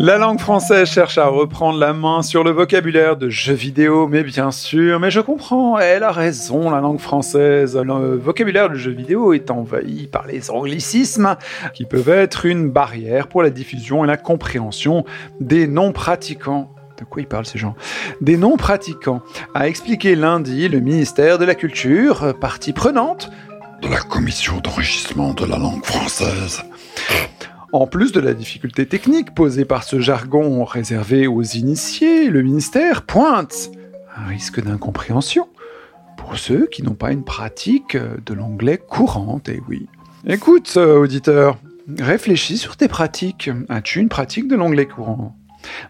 La langue française cherche à reprendre la main sur le vocabulaire de jeux vidéo, mais bien sûr, mais je comprends, elle a raison, la langue française. Le vocabulaire de jeux vidéo est envahi par les anglicismes qui peuvent être une barrière pour la diffusion et la compréhension des non-pratiquants. De quoi ils parlent ces gens Des non-pratiquants, a expliqué lundi le ministère de la Culture, partie prenante de la commission d'enrichissement de la langue française. En plus de la difficulté technique posée par ce jargon réservé aux initiés, le ministère pointe un risque d'incompréhension pour ceux qui n'ont pas une pratique de l'anglais courante, et oui. Écoute, euh, auditeur, réfléchis sur tes pratiques. As-tu une pratique de l'anglais courant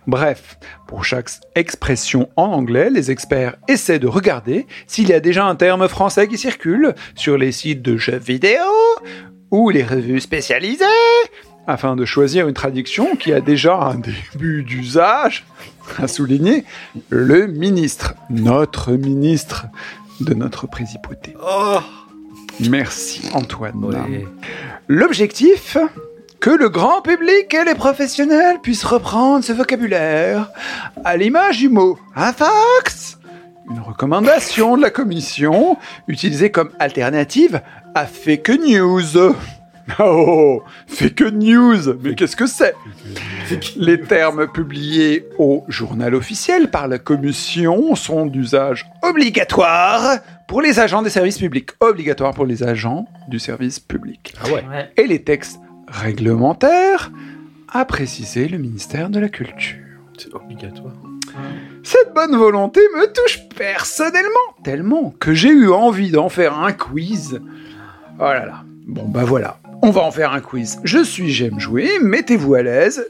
Bref, pour chaque expression en anglais, les experts essaient de regarder s'il y a déjà un terme français qui circule sur les sites de jeux vidéo ou les revues spécialisées afin de choisir une traduction qui a déjà un début d'usage, a souligné le ministre, notre ministre de notre précipauté. Oh Merci Antoine. Ouais. L'objectif que le grand public et les professionnels puissent reprendre ce vocabulaire à l'image du mot un fax, une recommandation de la commission utilisée comme alternative à fake news. Oh, fake news, mais qu'est-ce que c'est Les termes publiés au journal officiel par la commission sont d'usage obligatoire pour les agents des services publics, obligatoire pour les agents du service public. Ah ouais. Et les textes réglementaires, a précisé le ministère de la Culture. C'est obligatoire. Cette bonne volonté me touche personnellement, tellement que j'ai eu envie d'en faire un quiz. Oh là là. Bon bah voilà, on va en faire un quiz. Je suis J'aime jouer, mettez-vous à l'aise.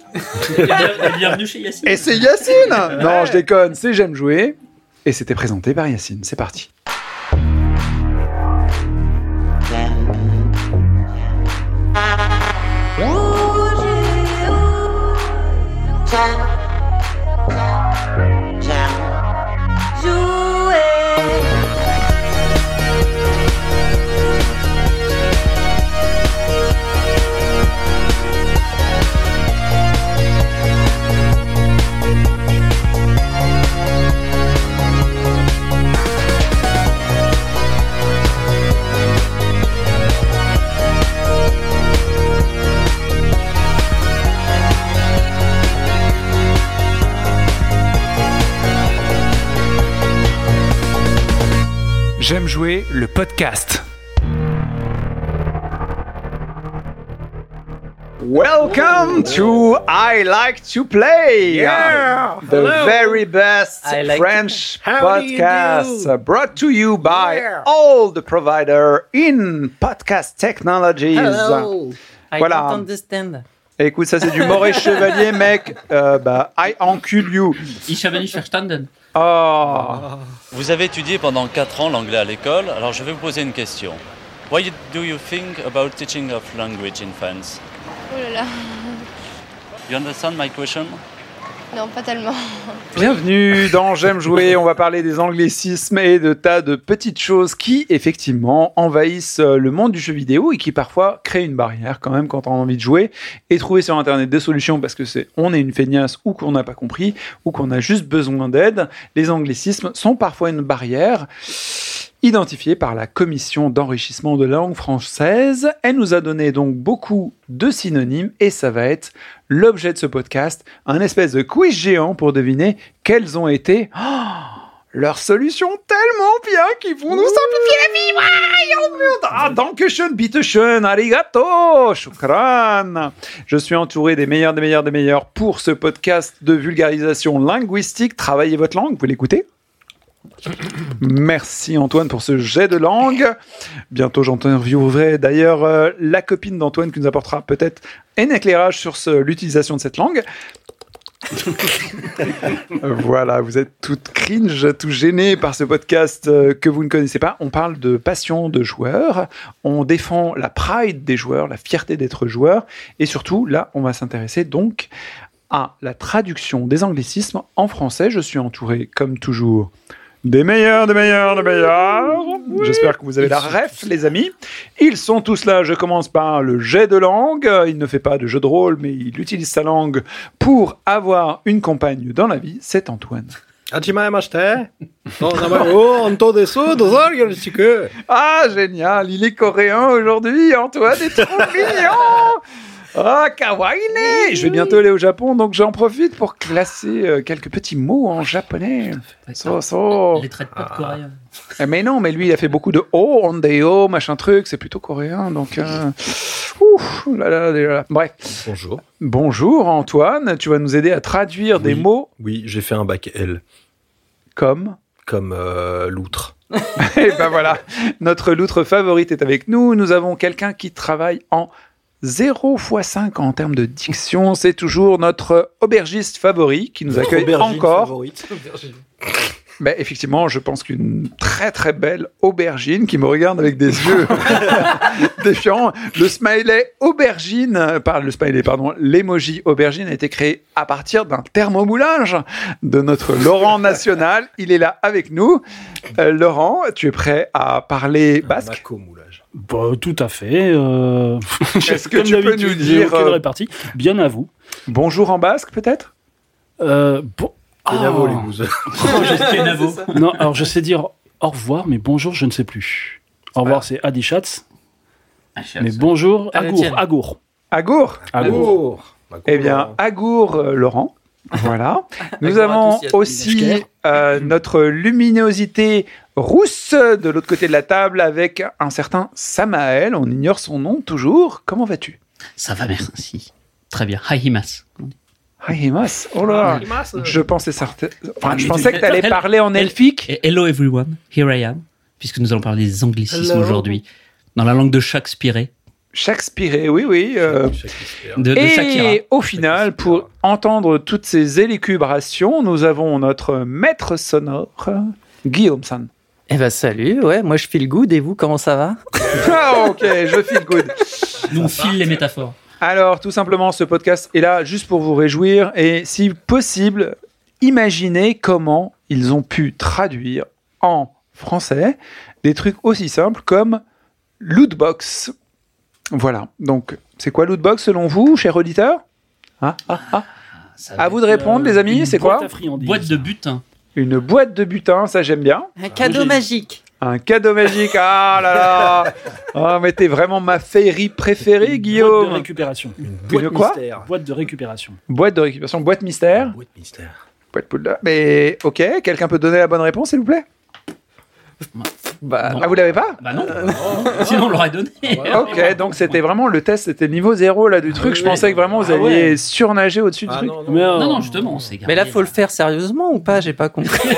Bienvenue chez Yacine. Et c'est Yacine Non, je déconne, c'est J'aime jouer. Et c'était présenté par Yacine, c'est parti. J'aime jouer le podcast. Welcome to I Like to Play, Yeah. the very best I like to- French How do you podcast do? uh, brought to you by Yeah. all the provider in podcast technologies. Oh. I Voilà. don't understand. Et Écoute, ça c'est du Maurice Chevalier, mec. Euh, bah, I encule you. Ich habe nicht verstanden. Oh, Vous avez étudié pendant 4 ans l'anglais à l'école, alors je vais vous poser une question. Why do you think about teaching of language in France Oh là là, You understand my question non pas tellement. bienvenue dans J'aime jouer. On va parler des anglicismes et de tas de petites choses qui, effectivement, envahissent euh, le monde du jeu vidéo et qui parfois créent une barrière quand même quand on a envie de jouer et trouver sur Internet des solutions parce que c'est on est une feignasse ou qu'on n'a pas compris ou qu'on a juste besoin d'aide. Les anglicismes sont parfois une barrière. identifiée par la commission d'enrichissement de la langue française. Elle nous a donné donc beaucoup de synonymes et ça va être l'objet de ce podcast, un espèce de quiz géant pour deviner quelles ont été oh, leurs solutions tellement bien qu'ils vont nous simplifier la vie. Ah, dankeschön, bitteschön, arigato, shukran. Je suis entouré des meilleurs, des meilleurs, des meilleurs pour ce podcast de vulgarisation linguistique. Travaillez votre langue, vous l'écoutez Merci Antoine pour ce jet de langue. Bientôt j'interviewerai d'ailleurs euh, la copine d'Antoine qui nous apportera peut-être un éclairage sur ce- l'utilisation de cette langue. voilà, vous êtes toutes cringe, tout gênées par ce podcast euh, que vous ne connaissez pas. On parle de passion de joueur, on défend la pride des joueurs, la fierté d'être joueur, et surtout là, on va s'intéresser donc à la traduction des anglicismes en français. Je suis entouré, comme toujours, Des meilleurs, des meilleurs, des meilleurs. J'espère que vous avez la ref, les amis. Ils sont tous là. Je commence par le jet de langue. Il ne fait pas de jeu de rôle, mais il utilise sa langue pour avoir une compagne dans la vie. C'est Antoine. Hajimai-mashite. Konnichiwa. Onto desu. Dozor yoroshiku. Ah, génial. Il est coréen aujourd'hui. Antoine est trop mignon. Ah, kawaii Je vais bientôt aller au Japon, donc j'en profite pour classer euh, quelques petits mots en japonais. So, so. Il les traite pas de coréen. Eh, Mais non, mais lui, il a fait beaucoup de oh, ondeo, machin truc, c'est plutôt coréen, donc... euh, Ouf, là, là, là, là. Bref. Bonjour. Bonjour Antoine, tu vas nous aider à traduire des Oui. mots Oui, j'ai fait un bac L, comme... comme euh, l'outre. Et ben voilà, notre loutre favorite est avec nous, nous avons quelqu'un qui travaille en 0 x 5 en termes de diction, c'est toujours notre aubergiste favori qui nous accueille Aubergine encore. favorite. Mais Bah, effectivement, je pense qu'une très très belle aubergine qui me regarde avec des yeux défiants. Le smiley aubergine, euh, par le smiley, pardon, l'emoji aubergine a été créé à partir d'un thermomoulage de notre Laurent national. Il est là avec nous. Euh, Laurent, tu es prêt à parler basque Mako moulage. Bah, tout à fait. euh, Est-ce que comme tu peux d'habitude, nous j'ai dire, aucune euh, répartie. Bien à vous. Bonjour en basque peut-être Euh, bon- C'est Ah. d'abord les bouseux. Juste Kenavo. Non, alors je sais dire au revoir, mais bonjour, je ne sais plus. Au revoir, c'est Adichatz, mais bonjour, Ah, la tienne. Agour, Agour. Agour Agour. Eh bien, Agour euh, Laurent. Voilà. Nous Agour à avons tous et à toutes. aussi euh, notre luminosité rousse de l'autre côté de la table avec un certain Samaël. On ignore son nom toujours. Comment vas-tu Ça va, merci. Très bien. Haïmas. Himas. Oh là là. Je pensais, certain- enfin, je pensais que tu allais Ah, Elle- parler en elle- elfique. Et hello everyone, here I am, puisque nous allons parler des anglicismes Hello. aujourd'hui, dans la langue de Shakespeare, de, Shakespeare, oui, oui. euh, de Shakira. Et au final, pour entendre toutes ces élucubrations, nous avons notre maître sonore, Guillaume San. Eh ben salut, ouais, moi je file good et vous, comment ça va Ah, ok, je feel good. Nous on file les métaphores. Alors, tout simplement, ce podcast est là juste pour vous réjouir et, si possible, imaginez comment ils ont pu traduire en français des trucs aussi simples comme lootbox. Voilà. Donc, c'est quoi lootbox selon vous, cher auditeur Hein Ah, ah. Ça À va vous être de répondre, Euh, les amis, une c'est quoi boîte à friandises. Boîte de hein. butin. Une boîte de butin, ça j'aime bien. Un cadeau J'ai- magique. Un cadeau magique, ah là là Oh, mais t'es vraiment ma féerie Une Boîte préférée, de Guillaume récupération. Une Une boîte quoi mystère. Boîte de récupération. Boîte de récupération, boîte mystère. Une boîte mystère. Boîte Poudlard. Mais ok, quelqu'un peut donner la bonne réponse, s'il vous plaît Bah Ah, vous l'avez pas Bah non, sinon on l'aurait donné. Oh. Ok, donc c'était vraiment le test, c'était niveau zéro là du Ah truc. Je ouais. pensais que vraiment vous Ah alliez ouais. surnager au-dessus Ah, du truc. Mais, euh, Non, non, justement, on s'est gardé. Mais là, faut le faire sérieusement ou pas J'ai pas compris.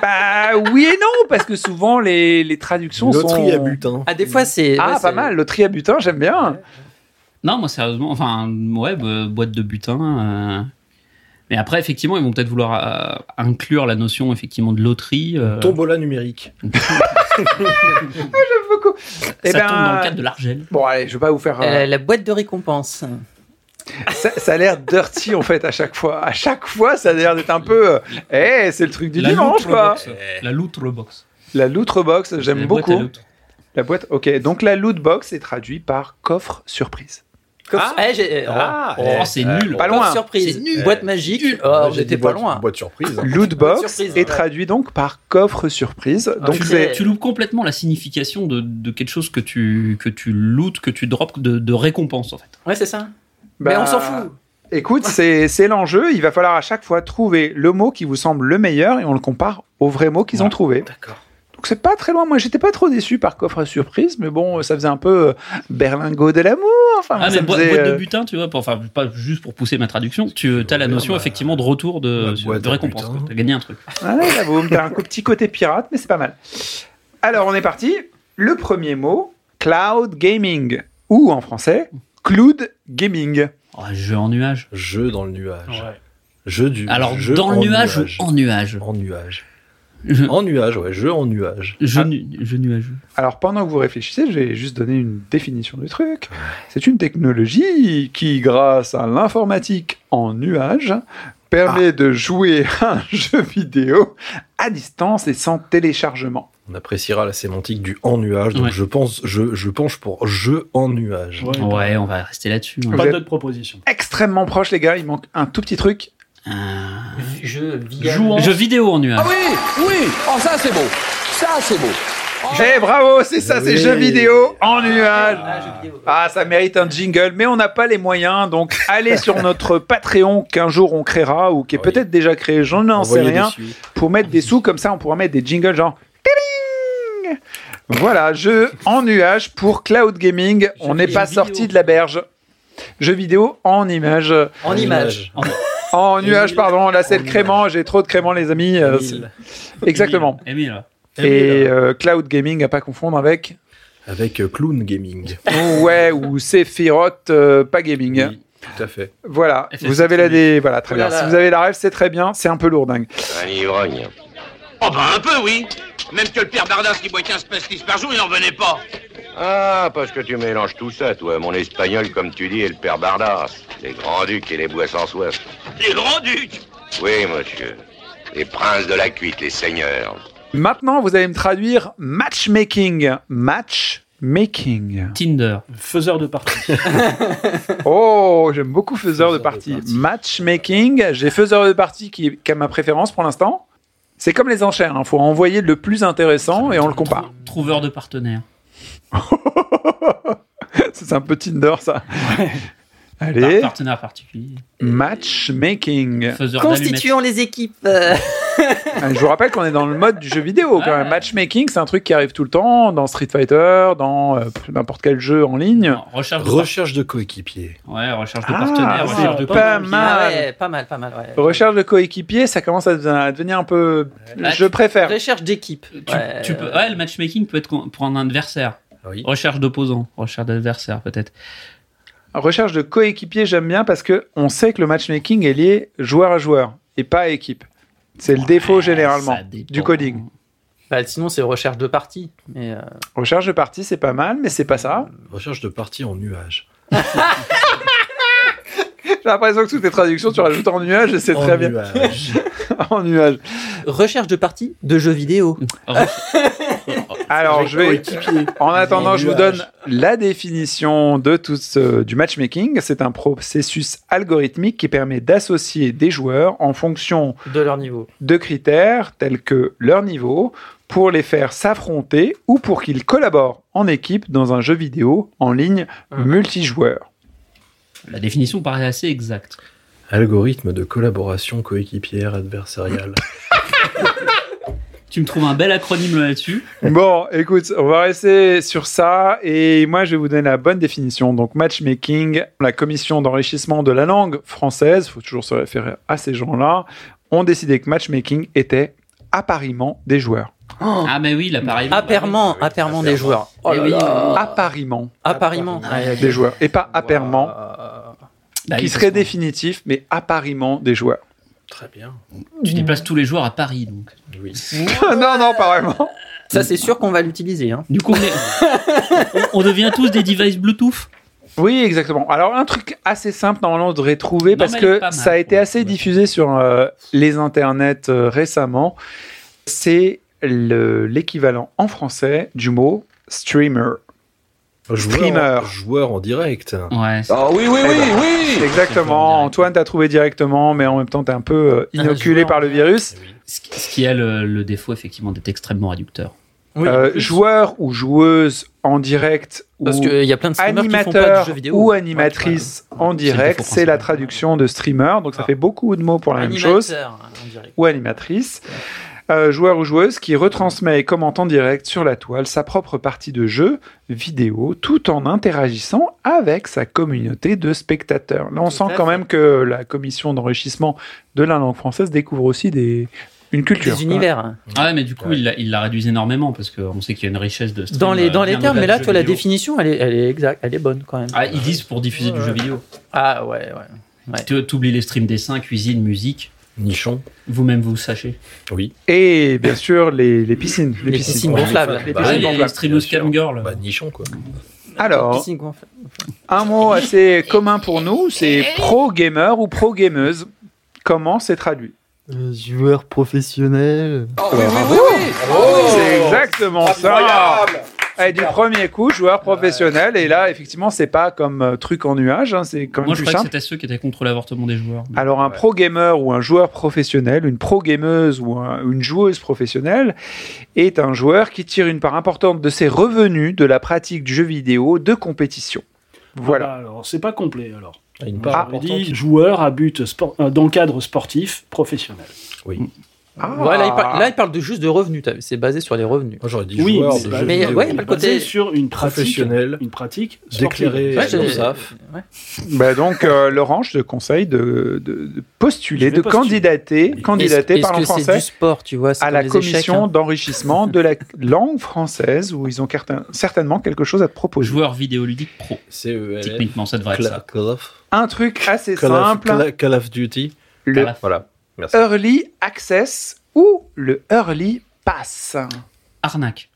Bah oui et non, parce que souvent les, les traductions Loterie sont. à butin. Ah, des fois c'est. Ah, ouais, pas c'est- mal, loterie à butin, j'aime bien. Non, moi sérieusement, enfin, ouais, bo- boîte de butin. euh. Mais après, effectivement, ils vont peut-être vouloir euh, inclure la notion effectivement de loterie. euh, Tombola numérique. Ça Eh ben, tombe dans le cadre de l'argel. Bon, allez, je vais pas vous faire. euh, Euh, la boîte de récompense. ça, ça a l'air dirty en fait à chaque fois. À chaque fois, ça a l'air d'être un peu. euh, Eh, c'est le truc du dimanche quoi. box. La loutre box. La loutre box, j'aime La boîte à beaucoup. loutre. La boîte, ok. Donc la loot box est traduit par coffre surprise. Coffre- eh, j'ai- oh, Ah, Oh, eh, c'est eh, nul. Pas coffre loin. surprise. C'est Boîte magique. Nul. Oh, Moi, j'ai j'étais dit pas boîte- loin. Boîte surprise. Lootbox Surprise, est ouais. traduit donc par coffre surprise. Ah, Donc tu, putain. c'est tu loupes complètement la signification de, de quelque chose que tu, que tu lootes, que tu drops de, de récompense en fait. Ouais, c'est ça. Mais bah, on s'en fout. Écoute, c'est c'est l'enjeu. Il va falloir à chaque fois trouver le mot qui vous semble le meilleur et on le compare au vrai mot qu'ils ont trouvé. D'accord. Donc c'est pas très loin. Moi, j'étais pas trop déçu par coffre surprise, mais bon, ça faisait un peu euh, berlingot de l'amour. Enfin, Ah, ça mais boi- faisait, boîte de euh, butin, tu vois, pour- enfin, pas juste pour pousser ma traduction, tu as la Bah, notion bah, effectivement de retour de, la boîte de de récompense. butin. quoi. T'as gagné un truc. Ah Ouais, j'avoue, t'as un co- petit côté pirate, mais c'est pas mal. Alors, on est parti. Le premier mot, cloud gaming, ou en français, cloud gaming. Oh, jeu en nuage. Jeu dans le nuage. Ouais. Jeu du. Alors, jeu dans le en nuage, ou en nuage En nuage. Je, En nuage, ouais. Jeu en nuage. je, Ah. nu- je nuageux. Alors pendant que vous réfléchissez, j'ai juste donné une définition du truc. C'est une technologie qui, grâce à l'informatique en nuage, permet de jouer à un jeu vidéo à distance et sans téléchargement. On appréciera la sémantique du en nuage. Donc Ouais. je pense, je, je penche pour jeu en nuage. Ouais, Ouais, on va rester là-dessus. hein. Vous ouais. Pas êtes- d'autres propositions. Extrêmement proche, les gars, il manque un tout petit truc. Euh, Jeu via. Jouant. Jeux vidéo en Ah nuage. oui, oui, oh ça c'est beau, ça c'est beau. Eh bravo, c'est ça, c'est Oui. jeux vidéo en nuage. Ah, jeu vidéo. Ah, ça mérite un jingle, mais on n'a pas les moyens, donc allez sur notre Patreon qu'un jour on créera ou qui est Oui. peut-être déjà créé, j'en n'en sais Envoyez rien, des suites. pour mettre des sous comme ça, on pourra mettre des jingles genre. Tiling Voilà, jeu en nuage pour cloud gaming. on n'est pas vidéo. sorti de la berge. Jeu vidéo en image. En image. En nuage, Émile. pardon. Là, c'est En le crément. J'ai trop de crément, les amis. Euh, Émile. c'est- Exactement. Émile. Et euh, cloud gaming à pas confondre avec Avec euh, Clown Gaming. Ouais, ou Sephiroth, euh, pas gaming. Oui, tout à fait. Voilà, FF7 vous avez la des voilà, très Oh là bien. Si là. vous avez la rêve, c'est très bien, c'est un peu lourdingue. Un ivrogne. Oh ben un peu, oui. Même que le père Bardas qui boit 15 pastis par jour, il n'en venait pas. Ah, parce que tu mélanges tout ça, toi, mon espagnol, comme tu dis, et le père Bardas. Les grands-ducs et les bois sans soif. Les grands ducs Oui, monsieur. Les princes de la cuite, les seigneurs. Maintenant, vous allez me traduire matchmaking. Matchmaking. Tinder. Faiseur de partie. Oh, j'aime beaucoup faiseur de Faiseur de partie. partie. Matchmaking, j'ai faiseur de partie qui est qui a ma préférence pour l'instant. C'est comme les enchères, il faut envoyer le plus intéressant et on le compare. Trou- Trouveur de partenaires. c'est un peu Tinder ça. Par- Allez, partenaire particulier. matchmaking. Faiseur d'allumettes. Constituant les équipes. euh, Ah, Je vous rappelle qu'on est dans le mode du jeu vidéo quand Ouais. même. Matchmaking, c'est un truc qui arrive tout le temps dans Street Fighter, dans euh, pff, n'importe quel jeu en ligne. Non, Ah, Recherche de, Recherche de coéquipiers. par- ouais, recherche de Ah, partenaires, c'est recherche de pas copains. Ah mal. ouais, pas mal, pas mal. ouais. Recherche de coéquipiers, ça commence à devenir, à devenir un peu. Ouais. Je préfère. Recherche d'équipe. Tu, tu peux, ouais, le matchmaking peut être con- pour un adversaire. Ah Oui. Recherche d'opposant, recherche d'adversaire peut-être. Recherche de coéquipiers, j'aime bien parce que on sait que le matchmaking est lié joueur à joueur et pas à équipe. C'est le défaut Ouais, généralement ça dépend. du coding. Bah, sinon, c'est recherche de partie. Mais euh, Recherche de partie, c'est pas mal, mais c'est pas ça. Recherche de partie en nuage. J'ai l'impression que toutes tes traductions, tu rajoutes en nuage et c'est En très bien. nuage. en nuage. recherche de partie de jeux vidéo. Alors, je vais. Coéquipiers. En attendant, En je vous nuage. donne la définition de tout ce- du matchmaking. C'est un processus algorithmique qui permet d'associer des joueurs en fonction De leur niveau. de critères tels que leur niveau pour les faire s'affronter ou pour qu'ils collaborent en équipe dans un jeu vidéo en ligne Mhm. multijoueur. La définition paraît assez exacte. Algorithme de collaboration coéquipière adversariale. Tu me trouves un bel acronyme là-dessus. Bon, écoute, on va rester sur ça et moi je vais vous donner la bonne définition. Donc matchmaking, la commission d'enrichissement de la langue française, faut toujours se référer à ces gens-là, ont décidé que matchmaking était appariement des joueurs. Ah mais oui, bah l'appareil. Appairement, oui, oui, appairement appairement. des joueurs. Oh Ah, Eh oui. Ah, Appariement Appairement. Appairement. des joueurs et pas appairement Bah oui, qui parce serait que définitif mais appariement des joueurs. Très bien. Tu déplaces tous les joueurs à Paris donc. Oui. non non pas vraiment. Ça, c'est sûr qu'on va l'utiliser. Hein. Du coup, on, est- on- on devient tous des devices Bluetooth. Oui, exactement. Alors, un truc assez simple, normalement, on devrait trouver Non, parce mais elle que est pas mal, ça a été pour le assez coup. diffusé sur euh, les internets euh, récemment. C'est le- l'équivalent en français du mot streamer. Streamer. Joueur, joueur en direct. Ouais. Oh oui, oui, oui, oui. Eh ben, Exactement. Antoine, t'as trouvé directement, mais en même temps, t'es un peu euh, Ah, inoculé joueur, par le virus. Ce qui ce qui a le, le défaut effectivement d'être extrêmement réducteur. Oui, Euh, joueur ou joueuse en direct Parce ou qu'il y a plein de streamers qui font pas animateur du jeu vidéo. ou animatrice en direct, défaut c'est la principal. traduction de streamer. Donc, ça Ah. fait beaucoup de mots pour la même chose. on dirait. ou animatrice, euh, joueur ou joueuse qui retransmet et commente en direct sur la toile sa propre partie de jeu vidéo tout en interagissant avec sa communauté de spectateurs. Là, on Tout sent à quand fait. même que la commission d'enrichissement de la langue française découvre aussi des, une culture. Des univers. hein. Ah ouais, mais du coup, Ouais. il la- il la réduit énormément parce qu'on sait qu'il y a une richesse de. stream, Dans les, euh, dans bien les termes, mais au-delà là, du toi, jeu la vidéo. définition, elle est, elle est exacte, elle est bonne quand même. Ah, ils disent pour diffuser du jeu vidéo. Ah ouais, ouais. Tu oublies les streams dessin, cuisine, musique. Nichon. Vous-même, vous sachez. Oui. Et bien sûr, les, les piscines. Les, Les piscines. piscines Ouais. gonflables. Les Bah, piscines ouais, les- gonflables. les streameuses Bien sûr. cam girl. Bah, nichon, quoi. Alors, Piscine gonflable. un mot assez commun pour nous, c'est pro-gamer ou pro-gameuse. Comment c'est traduit Euh, Ah, bah, Joueur professionnel. C'est exactement ça. Incroyable. Et du premier coup, joueur professionnel. Et là, effectivement, c'est pas comme euh, truc en nuage. hein, c'est quand même Moi, je plus crois que simple. Ah, c'était ceux qui étaient contre l'avortement des joueurs. Alors un pro gamer ou un joueur professionnel, une pro gameuse ou un- une joueuse professionnelle est un joueur qui tire une part importante de ses revenus de la pratique du jeu vidéo de compétition. Voilà. Ah, Ah, alors, c'est pas complet, alors. Ah, Une part J'aurais importante. dit joueur à but sport- euh, dans le cadre sportif professionnel. Oui. Ah. Ouais, là, il par- là, il parle de juste de revenus. t'as vu, C'est basé sur les revenus. J'aurais dit Oui, joueur mais de bah, jeux mais vidéo. ouais, il y a pas le côté- Basé sur une pratique, Professionnel. une pratique sportive. Déclaré Ouais, à j'ai- l'URSSAF. ouais. Bah donc euh, Laurent, je te conseille de, de- de postuler, Je vais de postuler. candidater, candidater Est-ce- par est-ce que c'est français du sport, tu vois, c'est à comme la les commission échecs, hein. d'enrichissement de la langue française où ils ont certain- certainement quelque chose à te proposer. Joueur vidéoludique pro. CELF. Techniquement, ça devrait être ça. Call of- Un truc assez Call of- simple. hein. Call- Call of Duty. Le- Voilà. Merci. Early Access ou le Early Pass. Arnaque.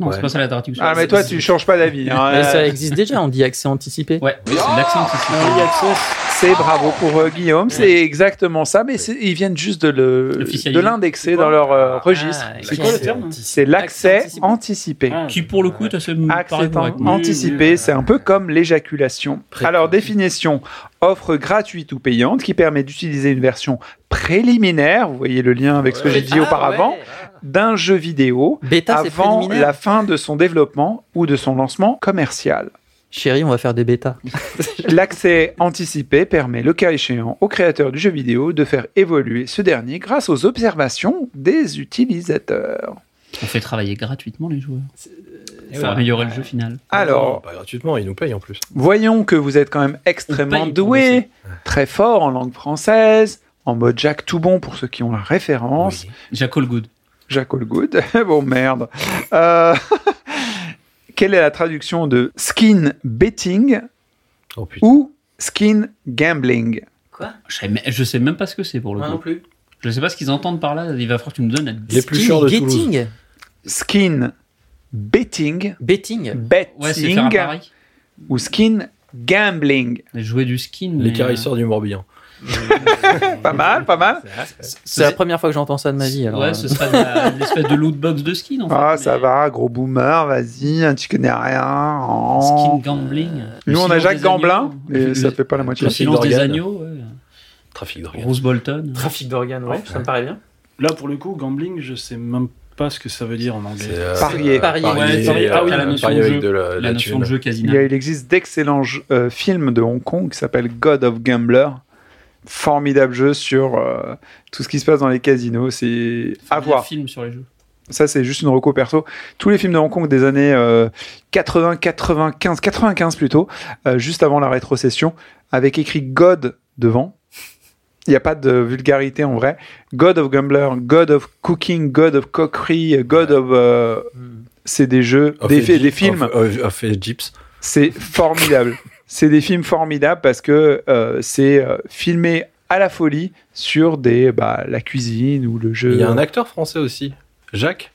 Non, Ouais. c'est pas ça la traduction. Ah mais toi tu changes pas d'avis. hein. Mais ça existe déjà, on dit accès anticipé. Ouais, c'est de l'accent anticipé. C'est bravo pour euh, Guillaume, c'est exactement ça, mais c'est- ils viennent juste de le- L'officialiser. de l'indexer dans leur euh, registre. Ah, C'est quoi le terme C'est l'accès anticipé. Ah, Qui, pour le coup, t'as ce Accès paraît correct. an- anticipé, c'est un peu comme l'éjaculation. Précoce. Alors définition, offre gratuite ou payante qui permet d'utiliser une version préliminaire, vous voyez le lien avec ce que j'ai dit Ah, auparavant, ouais. d'un jeu vidéo Bêta, c'est avant préliminaire. la fin de son développement ou de son lancement commercial. Chérie, on va faire des bêtas. L'accès anticipé permet, le cas échéant, aux créateurs du jeu vidéo de faire évoluer ce dernier grâce aux observations des utilisateurs. On fait travailler gratuitement les joueurs. euh, Pour ouais. améliorer le jeu final. Non, Alors, Pas Oh, bah, gratuitement, ils nous payent en plus. voyons que vous êtes quand même extrêmement On paye pour doué, très fort en langue française, en mode Jacques Toubon pour ceux qui ont la référence, Jack Allgood. Jacques Allgood. bon, merde. Euh, Quelle est la traduction de skin betting Oh putain. ou skin gambling Je sais, même- je sais même pas ce que c'est pour le coup. plus. Je sais pas ce qu'ils entendent par là. Il va falloir que tu me donnes la Les plus chers de Toulouse. Getting. Skin betting Betting. Ouais, c'est faire un betting pari. ou skin gambling. Jouer du skin. Les mais, carisseurs du Morbihan. Pas mal, pas mal. euh, C'est la première fois que j'entends ça de ma vie. Alors, Ouais, euh, ce sera de la- de l'espèce de loot box de skin en fait. Ah, mais- ça va, gros boomer, vas-y, un connais rien. oh. Skin gambling. Euh, Nous, on a Jacques Gamblin, et mais ça fait pas la moitié. Le silence des Trafic agneaux, ouais. Trafic d'organes. Rose Bolton. Trafic d'organes, ouais, ça me paraît bien. Là, pour le coup, gambling, je sais même pas ce que ça veut dire en anglais. Parier. Parier. Ouais, euh, parier, ah oui, euh, la notion parier de avec jeu. de la, La la notion thune. de jeu Il, y a- casino. il existe d'excellents jeux- euh, films de Hong Kong qui s'appelle God of Gambler. Formidable jeu sur euh, tout ce qui se passe dans les casinos. C'est à Il y a un voir. film sur les jeux. Ça, c'est juste une reco perso. Tous les films de Hong Kong des années euh, 80, 95, 95 plutôt, euh, juste avant la rétrocession, avec écrit God devant. Il n'y a pas de vulgarité en vrai. God of Gambler, God of Cooking, God of Cookery, God of. euh, c'est des jeux, Of des, fi- Egypt- des films. Of, of, of Egypt. C'est formidable. c'est des films formidables parce que euh, c'est euh, filmé à la folie sur des bah, la cuisine ou le jeu. Il y a un acteur français aussi. Jacques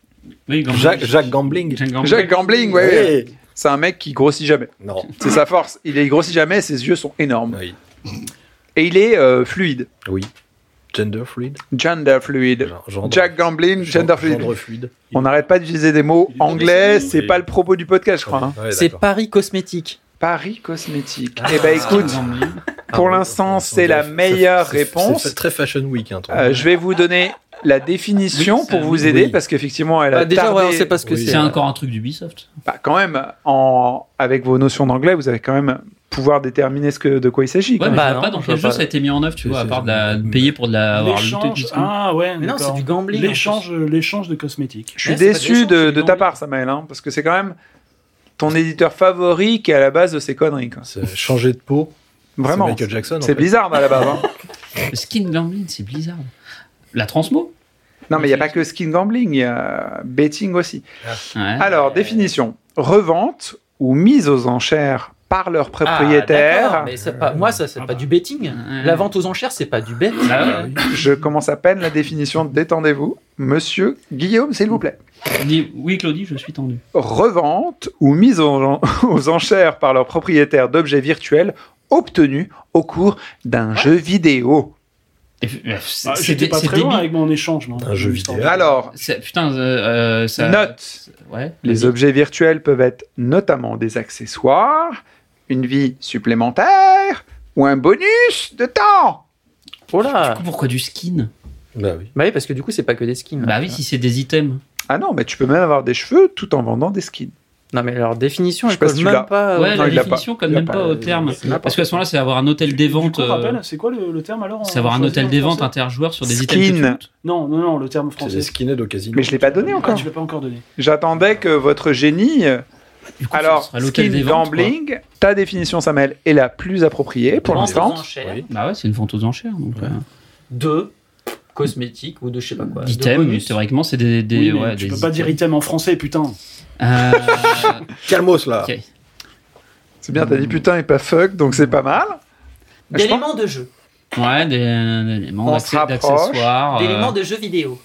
Oui, gambling. Jacques, Jacques Gambling. Jacques Gamblin. Jacques Gambling, ouais. ouais. C'est un mec qui grossit jamais. Non. C'est sa force. Il est grossit jamais, ses yeux sont énormes. Oui. Et il est euh, fluide. oui. Gender fluid. Gender fluide. Genre- genre- Jack Gamblin, genre- gender fluide. genre fluide. On n'arrête pas d'utiliser des mots Il est anglais, dans c'est pas le propos du podcast, je crois. hein. Ouais, C'est d'accord. Paris cosmétique. Paris cosmétique. eh ben écoute, Gambling. pour Ah, l'instant, on- c'est on- la on- meilleure c'est- c'est- réponse. C'est très Fashion Week. Hein, ton- Ah, euh, je vais vous donner la définition Oui, c'est- pour vous aider oui. parce qu'effectivement, elle a Bah, déjà, tardé. ouais, on sait pas ce que Oui. c'est. C'est encore un truc d'Ubisoft. Bah, quand même, en... avec vos notions d'anglais, vous avez quand même pouvoir déterminer ce que de quoi il s'agit. Ouais, quand mais même. Bah je vois pas non, dans je quel vois jeu pas. ça a été mis en œuvre, tu C'est- vois, à c'est- part de la- de payer pour de la, avoir looté du L'échange. skin. Ah ouais, Mais non, d'accord. c'est du gambling. L'échange, euh, l'échange de cosmétiques. Je suis Ouais, c'est pas déçu méchant, de, c'est de ta énorme. part, Samaël, hein, parce que c'est quand même ton éditeur favori qui est à la base de ces conneries. quoi. C'est changer de peau. C'est Vraiment. Michael Jackson. en C'est fait. Blizzard à la base. hein. Le Skin gambling, c'est Blizzard. La transmo non, mais il n'y a pas que skin gambling, il y a euh, betting aussi. Ouais. Ah. Alors, définition revente ou mise aux enchères par leur Ah, propriétaire. d'accord, mais c'est pas, moi, ça, c'est Ah pas bah. du betting. La vente aux enchères, c'est pas du bet. Ah ouais. Je commence à peine la définition. Détendez-vous, monsieur Guillaume, s'il vous plaît. Ah Dis- Oui, Claudie, je suis tendu. Revente ou mise aux, aux enchères par leur Ah. propriétaire d'objets virtuels obtenus au cours d'un jeu vidéo. euh, Ah, J'étais pas très loin hein. avec mon échange. moi. Alors, Putain, euh, euh, ça. Note. Ouais. les objets virtuels peuvent être notamment des accessoires, une vie supplémentaire ou un bonus de temps. Oh là Du coup, pourquoi du skin Bah oui. Bah oui, parce que du coup, c'est pas que des skins. Bah oui, si c'est des items. Ah non, mais tu peux même avoir des cheveux tout en vendant des skins. Non, mais leur définition, Je sais elle pas colle si tu l'as. même pas. euh, ouais, Ah, non, la il l'a définition pas. quand Il l'a même pas, pas au il- terme. il l'a pas. Parce qu'à ce moment-là, c'est avoir un hôtel des Du ventes. coup, rappelle, euh, c'est quoi le, le terme alors en- C'est avoir un choisi en hôtel des ventes français interjoueurs sur des Skin. items. que tu montes. Non, non, non, le terme C'est français. des skinheads au casino. Mais je l'ai pas donné Ah, encore. tu l'as pas encore donné. J'attendais que votre génie. euh, Du coup, ce Alors, sera l'hôtel skin des ventes, quoi. gambling, ta définition, Samuel, est la plus appropriée pour Vente aux l'instant. enchères Oui. Bah ouais, c'est une vente aux enchères. Donc, euh, De cosmétiques ou de je sais pas quoi. de d'items, bonus. théoriquement, c'est des. des Oui, mais ouais, tu des peux pas dire items. item en français, putain. Euh, Calmos là. ok. C'est bien, t'as dit putain et pas fuck, donc c'est pas mal. Je pense- D'éléments de jeu. Ouais, des, des éléments On d'accès- se rapproche. d'accessoires. D'éléments euh, de jeux vidéo.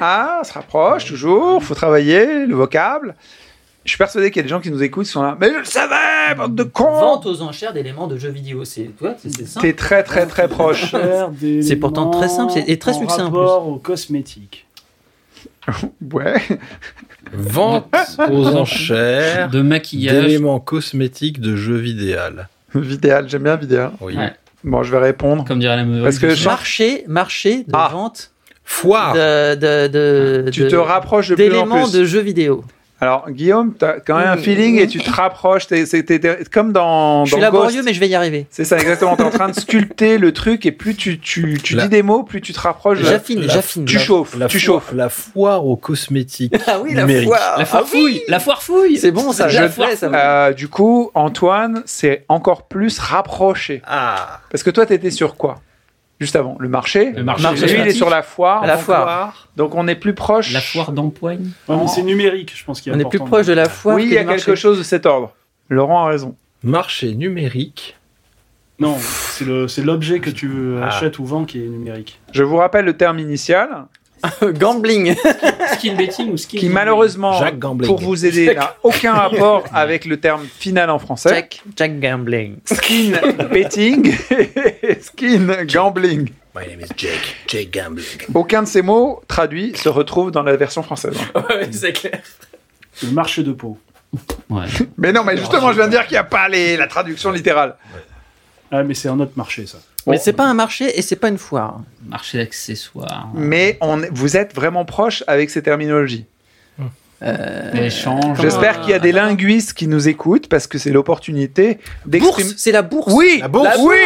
Ah, on se rapproche toujours, faut travailler le vocable. Je suis persuadé qu'il y a des gens qui nous écoutent qui sont là. Mais je le savais, bande de cons Vente aux enchères d'éléments de jeux vidéo. C'est tu vois, c'est- c'est simple. T'es très très très proche. C'est pourtant très simple, c'est- et très succinct, en En rapport aux cosmétiques. Ouais. Vente aux enchères De maquillage. d'éléments cosmétiques de jeux vidéo. Vidéal, j'aime bien Vidéal. Oui. Ouais. Bon, je vais répondre. Comme dirait la meuf. Parce que je- Marché, marché de Ah. vente Foire. de, de, de- Tu de- te rapproches de plus en d'éléments plus. de jeux vidéo. Alors, Guillaume, t'as quand même un feeling et tu te rapproches. T'es, c'est- t'es- t'es- comme dans, Je suis dans Ghost. laborieux, mais je vais y arriver. C'est ça, exactement. T'es en train de sculpter le truc et plus tu, tu, tu La- dis des mots, plus tu te rapproches. de- J'affine, la- j'affine. Tu chauffes, La tu foire- chauffes. La foire aux cosmétiques. Ah oui, la Numérique. foire. La foire Ah oui, fouille La foire fouille C'est bon, ça. La Je le foire fais, ça. va. Euh, du coup, Antoine, c'est encore plus rapproché. Ah. Parce que toi, t'étais sur quoi Juste avant, le marché. Le marché. Lui, il est sur la foire. La donc- foire. Donc, on est plus proche. La foire d'empoigne. Ouais, mais Oh. c'est numérique, je pense qu'il y a On est plus proche de la foire. Oui, que il y a du marché. quelque chose de cet ordre. Laurent a raison. Marché numérique. Non, c'est le- c'est l'objet que tu euh, Ah. achètes ou vends qui est numérique. Je vous rappelle le terme initial, Gambling. Skin betting ou skin qui malheureusement, Jacques Gamblin. pour vous aider, n'a aucun rapport avec le terme final en français. Jack, Jack Gambling. Skin betting et skin gambling. My name is Jake. Jake Gambling. Aucun de ces mots traduits se retrouve dans la version française. c'est clair. Le marché de peau. Ouais. Mais non, mais justement, je viens de dire qu'il n'y a pas les- la traduction littérale. Ah, mais c'est un autre marché, ça. Mais c'est pas un marché et c'est pas une foire. Marché d'accessoires. Mais on, est- vous êtes vraiment proche avec ces terminologies. Échange. euh, J'espère qu'il y a des linguistes qui nous écoutent parce que c'est l'opportunité d'exprimer. Bourse, c'est la bourse. Oui, La bourse. oui,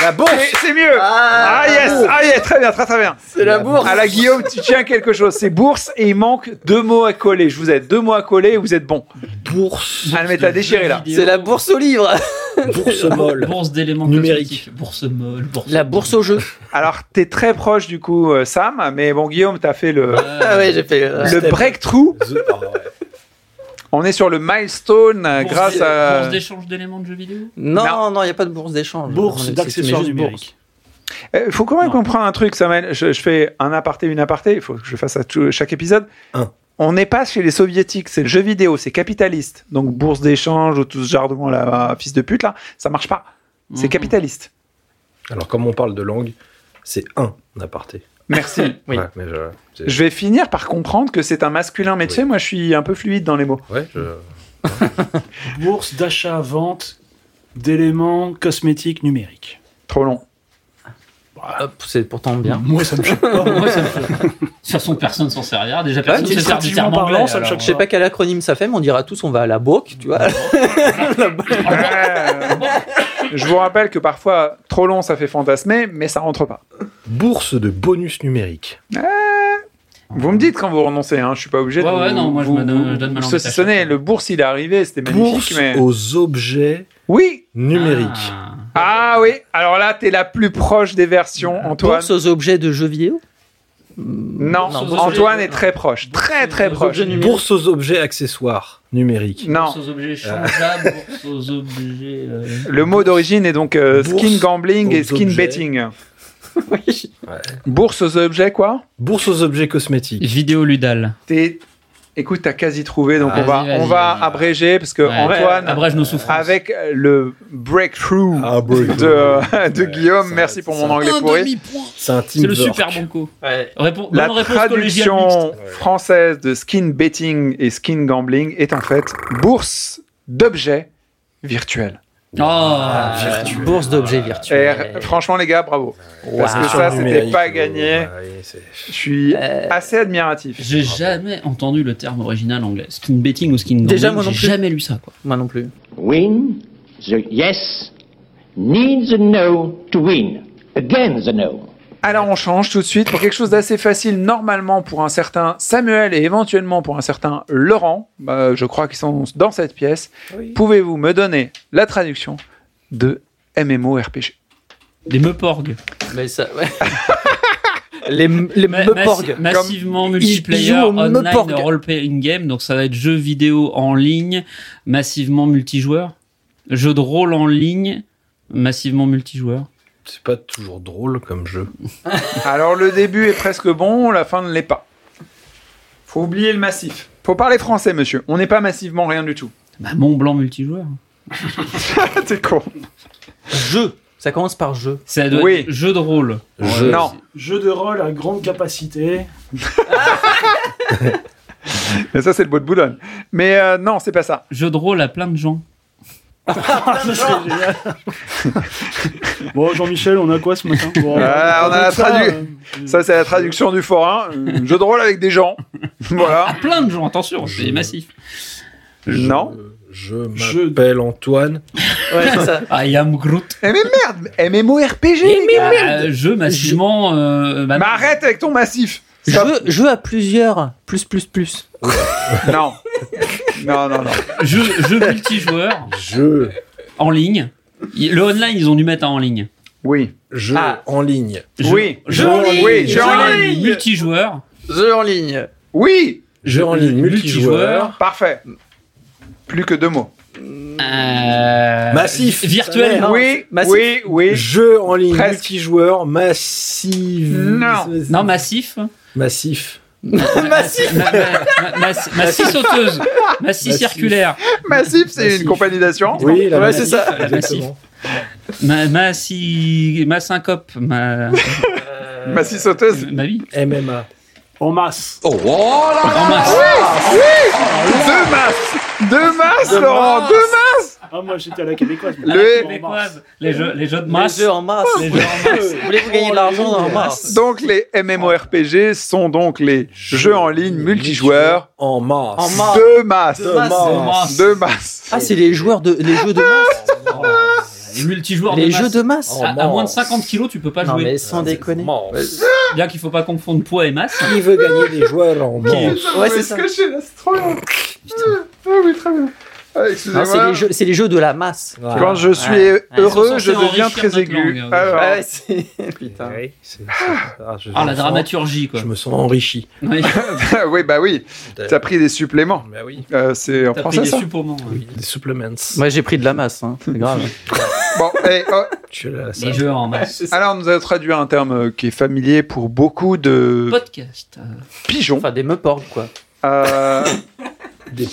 La bourse. c'est- c'est mieux. Ah, Ah, yes, ah yes, très bien, très très bien. c'est la bourse. À la Guillaume, tu tiens quelque chose. C'est bourse et il manque deux mots à coller. Je vous aide deux mots à coller et vous êtes bon. Bourse. Ah mais t'as déchiré là. C'est la bourse au livre. Bourse molle. Bourse d'éléments Numérique. cosmétiques. Bourse molle. Bourse La bourse au jeu. Alors, t'es très proche du coup, euh, Sam, mais bon, Guillaume, t'as fait le, Ah ouais, j'ai fait. euh, le breakthrough. The- ah ouais. On est sur le milestone euh, Bourse grâce d'é- à. Bourse d'échange d'éléments de jeux vidéo Non. Non, non, il n'y a pas de bourse d'échange. Bourse C'est- c'est- d'accessoires c'est juste numériques. Il Eh, faut quand même Non. comprendre un truc, Samuel. Je, je fais un aparté, une aparté. Il faut que je fasse à tout- chaque épisode. Un. On n'est pas chez les soviétiques, c'est le jeu vidéo, c'est capitaliste. Donc bourse d'échange ou tout ce jargon là, fils de pute là, ça marche pas. C'est Mhm. capitaliste. Alors, comme on parle de langue, c'est un aparté. Merci. Oui. Ouais, mais je, c'est- je vais finir par comprendre que c'est un masculin métier. Moi, je suis un peu fluide dans les mots. ouais, je- Bourse d'achat-vente d'éléments cosmétiques numériques. Trop long. numérique. Ah, Hop, c'est pourtant bien. Moi, ça me choque pas. Moi, ça me choque. De toute façon, personne s'en servira. Ah Déjà, personne ne mais se sert du stratégiquement terme parlant, anglais. ça me alors. choque Je sais pas quel acronyme ça fait, mais on dira tous on va à la BOC, tu vois. Euh, je vous rappelle que parfois, trop long, ça fait fantasmer, mais ça rentre pas. Bourse de bonus numérique. Vous me dites quand vous renoncez, hein, je suis pas obligé de. Ouais, ouais, vous- non, moi, je vous- me donne- vous- je donne ma vous langue à ta saucissonner. chatte. Le bourse, il est arrivé, c'était magnifique, Bourse mais. aux objets Oui euh, numériques. Ah oui Alors là, t'es la plus proche des versions, Antoine. Bourse aux objets de jeux vidéo. Non, Non, bourse- Antoine bourse- est très proche, très très bourse- proche. bourse- numériques. Bourse aux objets accessoires numériques. Non, Euh. Bourse aux objets changeables, bourse aux objets. euh, le mot d'origine est donc euh, Bourse skin gambling et aux skin objets. betting. Oui. Bourse aux objets, quoi Bourse aux objets cosmétiques. Vidéo ludale. T'es Écoute, t'as quasi trouvé, donc Vas-y, on va, vas-y, on va vas-y. abréger parce que Ouais. Ah, Antoine, Abrège nos souffrances. avec le breakthrough, Ah, de, euh, de Guillaume, merci pour mon anglais pourri. C'est un Ah, C'est le super banco. Répon- La bonne réponse collégiale mixte. traduction française de skin betting et skin gambling est en fait bourse d'objets virtuels. Ah, virtuel. Bourse d'objets virtuels. Et franchement, les gars, bravo. Parce Wow. que ça, c'était Numérique, pas ou- gagné. Je suis Euh, assez admiratif. J'ai jamais entendu le terme original anglais. Skin betting ou skin gambling. Déjà, moi non j'ai plus. jamais lu ça, quoi. Moi non plus. Win the yes needs a no to win. Again the no. Alors on change tout de suite pour quelque chose d'assez facile normalement pour un certain Samuel et éventuellement pour un certain Laurent, euh, je crois qu'ils sont dans cette pièce. Pouvez-vous me donner la traduction de MMORPG Des meuporgs. Mais ça, ouais. les les Ma- Meuporg. massi- massivement Comme- Ils multiplayer jouent au online Meuporg. role-playing game, donc ça va être jeux vidéo en ligne, massivement multijoueur. Jeu de rôle en ligne, massivement multijoueur. C'est pas toujours drôle comme jeu. Alors le début est presque bon, la fin ne l'est pas. Faut oublier le massif. Faut parler français monsieur, on n'est pas massivement rien du tout. Bah, Mont Blanc multijoueur. T'es con. Jeu. Ça commence par jeu. Ça doit Oui. être jeu de rôle. Jeu. Non. Jeu de rôle à grande capacité. Mais ça c'est le bout de boulonne. Mais euh, non, c'est pas ça. Jeu de rôle à plein de gens. Bon, Jean-Michel, on a quoi ce matin Bon, Ah, on a la ça, tradu- euh, Ça c'est la traduction du forain, Euh, jeu de rôle avec des gens. voilà. À Ah, plein de gens, attention, c'est massif. Non. Je m'appelle Antoine. Ouais, c'est ça. I am Groot. Eh mais merde MMORPG les gars. Euh, jeu massivement. euh, bah, Mais arrête avec ton massif Stop. Jeu, jeu à plusieurs. Plus, plus, plus. Non Non, non, non. jeu, jeu multijoueur Jeu. en ligne. Il- Le online, ils ont dû mettre un en ligne. Oui. Jeu Ah. en ligne. Jeu- Oui. jeu en ligne. Oui, jeu en ligne. Multijoueur. Jeu en ligne. Oui Jeu en ligne multijoueur. Parfait. Plus que deux mots. Euh, Massif. Virtuel. Non, oui, massif. oui, oui. Jeu en ligne Presque. multijoueur massif. Non. Non, massif. Massif. massif. Massif sauteuse. Massif Massif. circulaire. Massif, c'est une Massif. compagnie d'assurance. Oui, la Ouais, massif, c'est ça. La massif. exactement. Ma, ma, si- ma syncope. Ma, non Massif sauteuse. ma vie. MMA. En masse. Oh, oh là là En masse. Deux masses Deux masses, Laurent Deux masses Ah, moi j'étais à la québécoise. Le- mais- en masse. Québécoise. Les jeux, les jeux de Les masse. jeux en masse. Les jeux en masse. Voulez-vous gagner de l'argent en masse Donc les MMORPG sont donc les jeux en ligne multijoueurs En masse. En masse. de masse. De masse. De masse. De masse. Ah, c'est les joueurs de les jeux de masse. Les multijoueurs les de jeux masse. de masse. Oh. À, à moins de 50 kilos, tu peux pas non jouer. mais sans déconner. Masse. Bien qu'il faut pas confondre poids et masse. Qui veut gagner des joueurs en masse Ouais, c'est ça. Parce que je- c'est trop bien. Ah oui, très bien. Ah, Non, c'est Excusez-moi. les jeux, c'est les jeux de la masse. Voilà. Quand je suis Ouais. heureux, Ouais, je ils sont censés deviens enrichir très notre aigu. Ah, langue, hein. Alors, Ouais, c'est putain. Oui, c'est- Ah, je- Ah, je la me dramaturgie, sens- quoi. Je me sens enrichi. Oui. oui, bah oui, t'as pris des suppléments. Bah oui. Euh, c'est en T'as pris français des hein. ça. suppléments. ouais. Oui, Des supplements. Moi j'ai pris de la masse, hein. c'est grave. Bon, et, oh, Tu es là, ça. Les jeux en masse. alors on nous a traduit un terme euh, qui est familier pour beaucoup de Podcast. pigeons. enfin des meuporgs quoi. Euh, Des,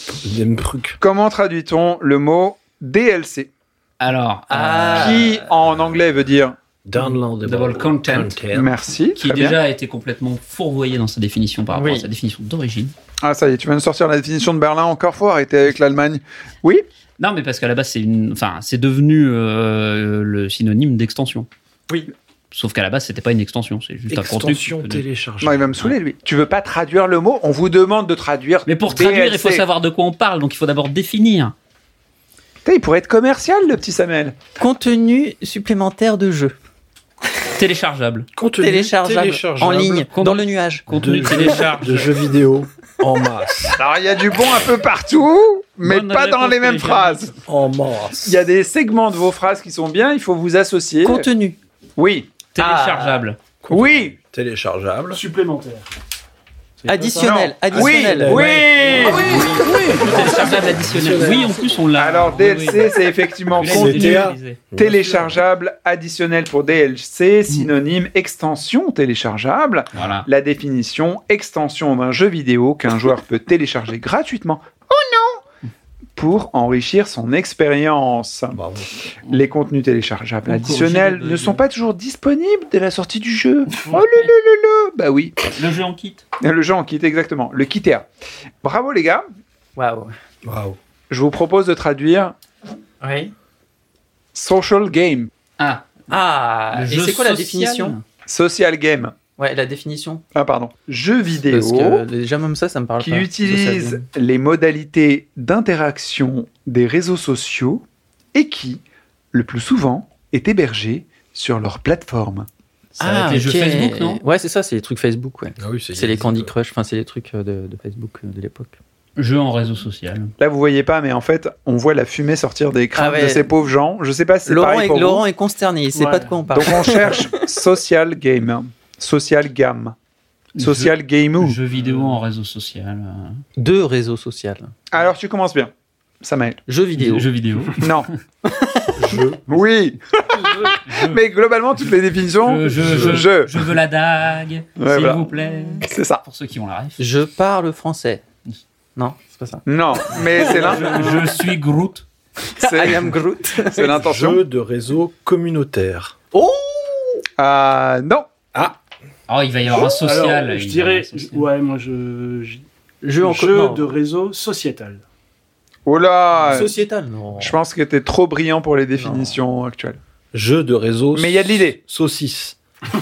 des trucs. comment traduit-on le mot DLC, Alors, euh, Ah. qui en anglais veut dire Downloadable Double content. merci. qui très bien. déjà a été complètement fourvoyé dans sa définition par rapport Oui. à sa définition d'origine. Ah ça y est, tu viens de sortir la définition de Berlin encore fort. Arrêtez avec l'Allemagne. Oui. Non, mais parce qu'à la base, c'est une, enfin, c'est devenu euh, le synonyme d'extension. Oui. Sauf qu'à la base, c'était pas une extension, c'est juste un contenu. que tu Extension peux- téléchargée. Non, il va me saouler lui. Tu veux pas traduire le mot On vous demande de traduire. Mais pour DLC. traduire, il faut savoir de quoi on parle, donc il faut d'abord définir. Putain, il pourrait être commercial le petit Samuel. Contenu supplémentaire de jeu. Téléchargeable. Contenu Téléchargeable, en téléchargeable ligne, dans le nuage. Contenu de- télécharge. de jeux vidéo en masse. Alors, il y a du bon un peu partout, mais Bonne pas dans réponse, les mêmes Télécharge. phrases. En masse. Il y a des segments de vos phrases qui sont bien, il faut vous associer. Contenu. Oui. Téléchargeable. Oui. Téléchargeable. Supplémentaire. Additionnel, Non. additionnel. Oui, Ah oui, Le téléchargeable additionnel. Oui, en plus, on l'a. Alors, Oui, oui. DLC, c'est effectivement C'est contenu TA. Bien téléchargeable additionnel pour DLC, synonyme extension téléchargeable. Voilà. La définition extension d'un jeu vidéo qu'un joueur peut télécharger gratuitement. Oh non Pour enrichir son expérience. Les contenus téléchargeables On additionnels corrige le ne bug. sont pas toujours disponibles dès la sortie du jeu. Oh le le le le Bah oui. Le jeu en kit. Le jeu en kit, exactement. Le kit TA. Bravo les gars. Waouh. Waouh. Je vous propose de traduire Oui. Social game. Ah. Ah, Le et jeu c'est quoi la social. définition Social game. Ouais, la définition. Ah, pardon. Jeu vidéo Parce que déjà, même ça, ça me parle qui pas. utilise les modalités d'interaction des réseaux sociaux et qui, le plus souvent, est hébergé sur leur plateforme. Ah, les jeux ok. Facebook, non Ouais, c'est ça, c'est les trucs Facebook, ouais. Ah oui, c'est les Candy Crush, enfin, c'est les trucs euh, de, de Facebook euh, de l'époque. Jeu en réseau social. Là, vous voyez pas, mais en fait, on voit la fumée sortir des crânes Ah ouais. de ces pauvres gens. Je sais pas si c'est Laurent, pareil est, pour Laurent vous. est consterné, il sait Ouais. pas de quoi on parle. Donc on cherche social game, social gamme, social game. Jeu vidéo en réseau social. euh. Deux réseaux sociaux. Alors tu commences bien, Samuel. Jeux vidéo. Jeux vidéo. Non. Oui. Mais globalement, toutes les définitions. Je, je, je, Je. je veux la dague, Ouais, s'il voilà. vous plaît. C'est ça. Pour ceux qui ont la ref. Je parle français. Non, c'est pas ça. Non, mais c'est l'in- Je, je suis Groot. c'est- I am Groot. c'est l'intention. Jeu de réseau communautaire. Oh Ah non. Oh, il va y avoir un social. Alors, il je va y dirais, avoir un social. ouais, moi je. je- Jeu en jeu commun. de réseau sociétal. Oh là. Sociétal, non. Je pense que t'es trop brillant pour les définitions actuelles. Jeu de réseau. Mais il y a de l'idée. Saucisse. À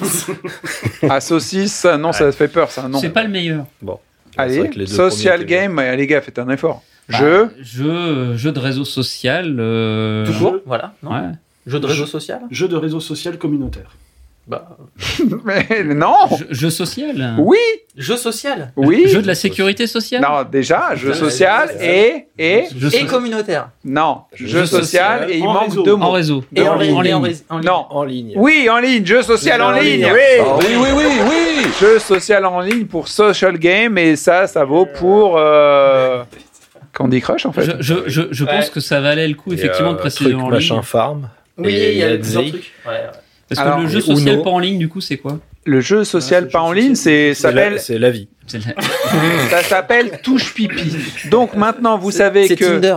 Ah, saucisse, non, ça fait peur, ça. Non. C'est pas le meilleur. Bon. C'est vrai que Allez, les deux social premiers étaient- game. ouais, Les gars, faites un effort. Bah, Jeu. Jeu, euh, jeu de réseau social. euh, Tout court, voilà. Non Ouais. Jeu de réseau social Jeu de réseau social communautaire. bah, Mais non. Jeu, jeu social. Oui. Jeu social Oui. Jeu de la sécurité sociale. Non, déjà, jeu Putain, social ouais, et et Jeu et so- communautaire. non, jeu Jeu social social et il en manque réseau. deux en mots. réseau. Et en, En ligne. ligne. et en rés- en ligne. Non. En ligne. Oui, en ligne, jeu social en ligne. Oh, Ah Oui, oui, oui, oui. Jeu social en ligne pour social game et ça, ça vaut pour euh, Candy Crush en fait. Je, je, je, je pense que ça valait le coup, Et, effectivement, euh, de préciser truc, en ligne. machin farm. Oui, Et il y a plusieurs Yahtzee. trucs. Ouais, ouais. Parce Alors, que le jeu et social Uno. pas en ligne, du coup, c'est quoi Le jeu social Ouais, Ah, c'est pas jeu en social. ligne, c'est C'est la- s'appelle C'est la vie. C'est le- ça s'appelle touche pipi. Donc maintenant, vous savez C'est que Tinder.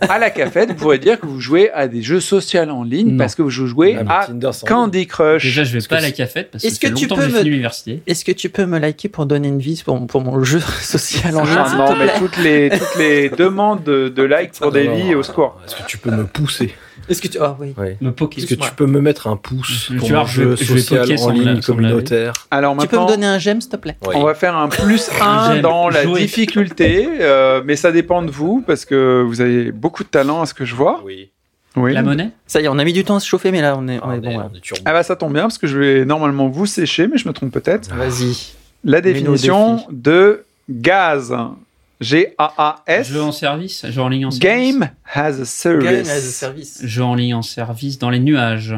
à la cafette, vous pourrez dire que vous jouez à des jeux sociaux en ligne Non. parce que vous jouez Ah, mais à Tinder, c'est en ligne. Candy Crush. Déjà, je vais pas à la cafette parce que Est-ce ça fait que tu longtemps peux que j'ai me- fini l'université. Est-ce que tu peux me liker pour donner une vie pour, pour mon jeu social en ligne Ah, s'il non, te mais plaît toutes les, toutes les demandes de, de likes pour des Non, non, vies, non, au secours. Est-ce que tu peux me pousser Est-ce que tu ah oui. Me Est-ce poker. que tu peux me mettre un pouce Je- pour tu mon vois, je jeu vais- je vais social poker en sans la- ligne sans la- communautaire Alors Tu peux maintenant, me donner un j'aime s'il te plaît Oui. on va faire un plus 1 J'aime dans la jouer. difficulté, euh, mais ça dépend de vous parce que vous avez beaucoup de talent à ce que je vois. Oui. Oui. La monnaie Ça y est, on a mis du temps à se chauffer mais là on est, on est bon. ouais. Ah bah ça tombe bien parce que je vais normalement vous sécher, mais je me trompe peut-être. Vas-y. La Mets-nous au définition défi. de gaz. G-A-A-S. Jeu en service Jeu en ligne en service Game has a Game as a service. service. Jeu en ligne en service dans les nuages.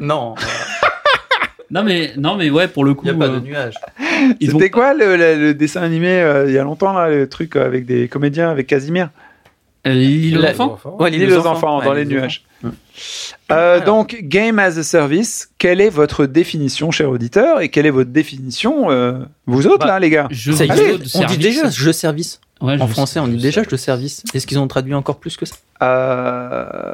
Non, Non mais, non mais ouais, pour le coup, il n'y a pas de euh, nuage. ils vont C'était quoi le, le- le dessin animé euh, il y a longtemps, là, le truc euh, avec des comédiens, avec Casimir Euh, L'île aux La- enfants Ouais, les enfants, dans les, nuages. Euh, Alors. donc, Game as a Service, quelle est votre définition, cher auditeur, et quelle est votre définition, euh, vous autres, Bah, là, les gars Jeu Ça vidéo existe. de on service. dit déjà jeu service. Ouais, je En sais. français, on dit déjà jeu service. Est-ce qu'ils ont traduit encore plus que ça Euh,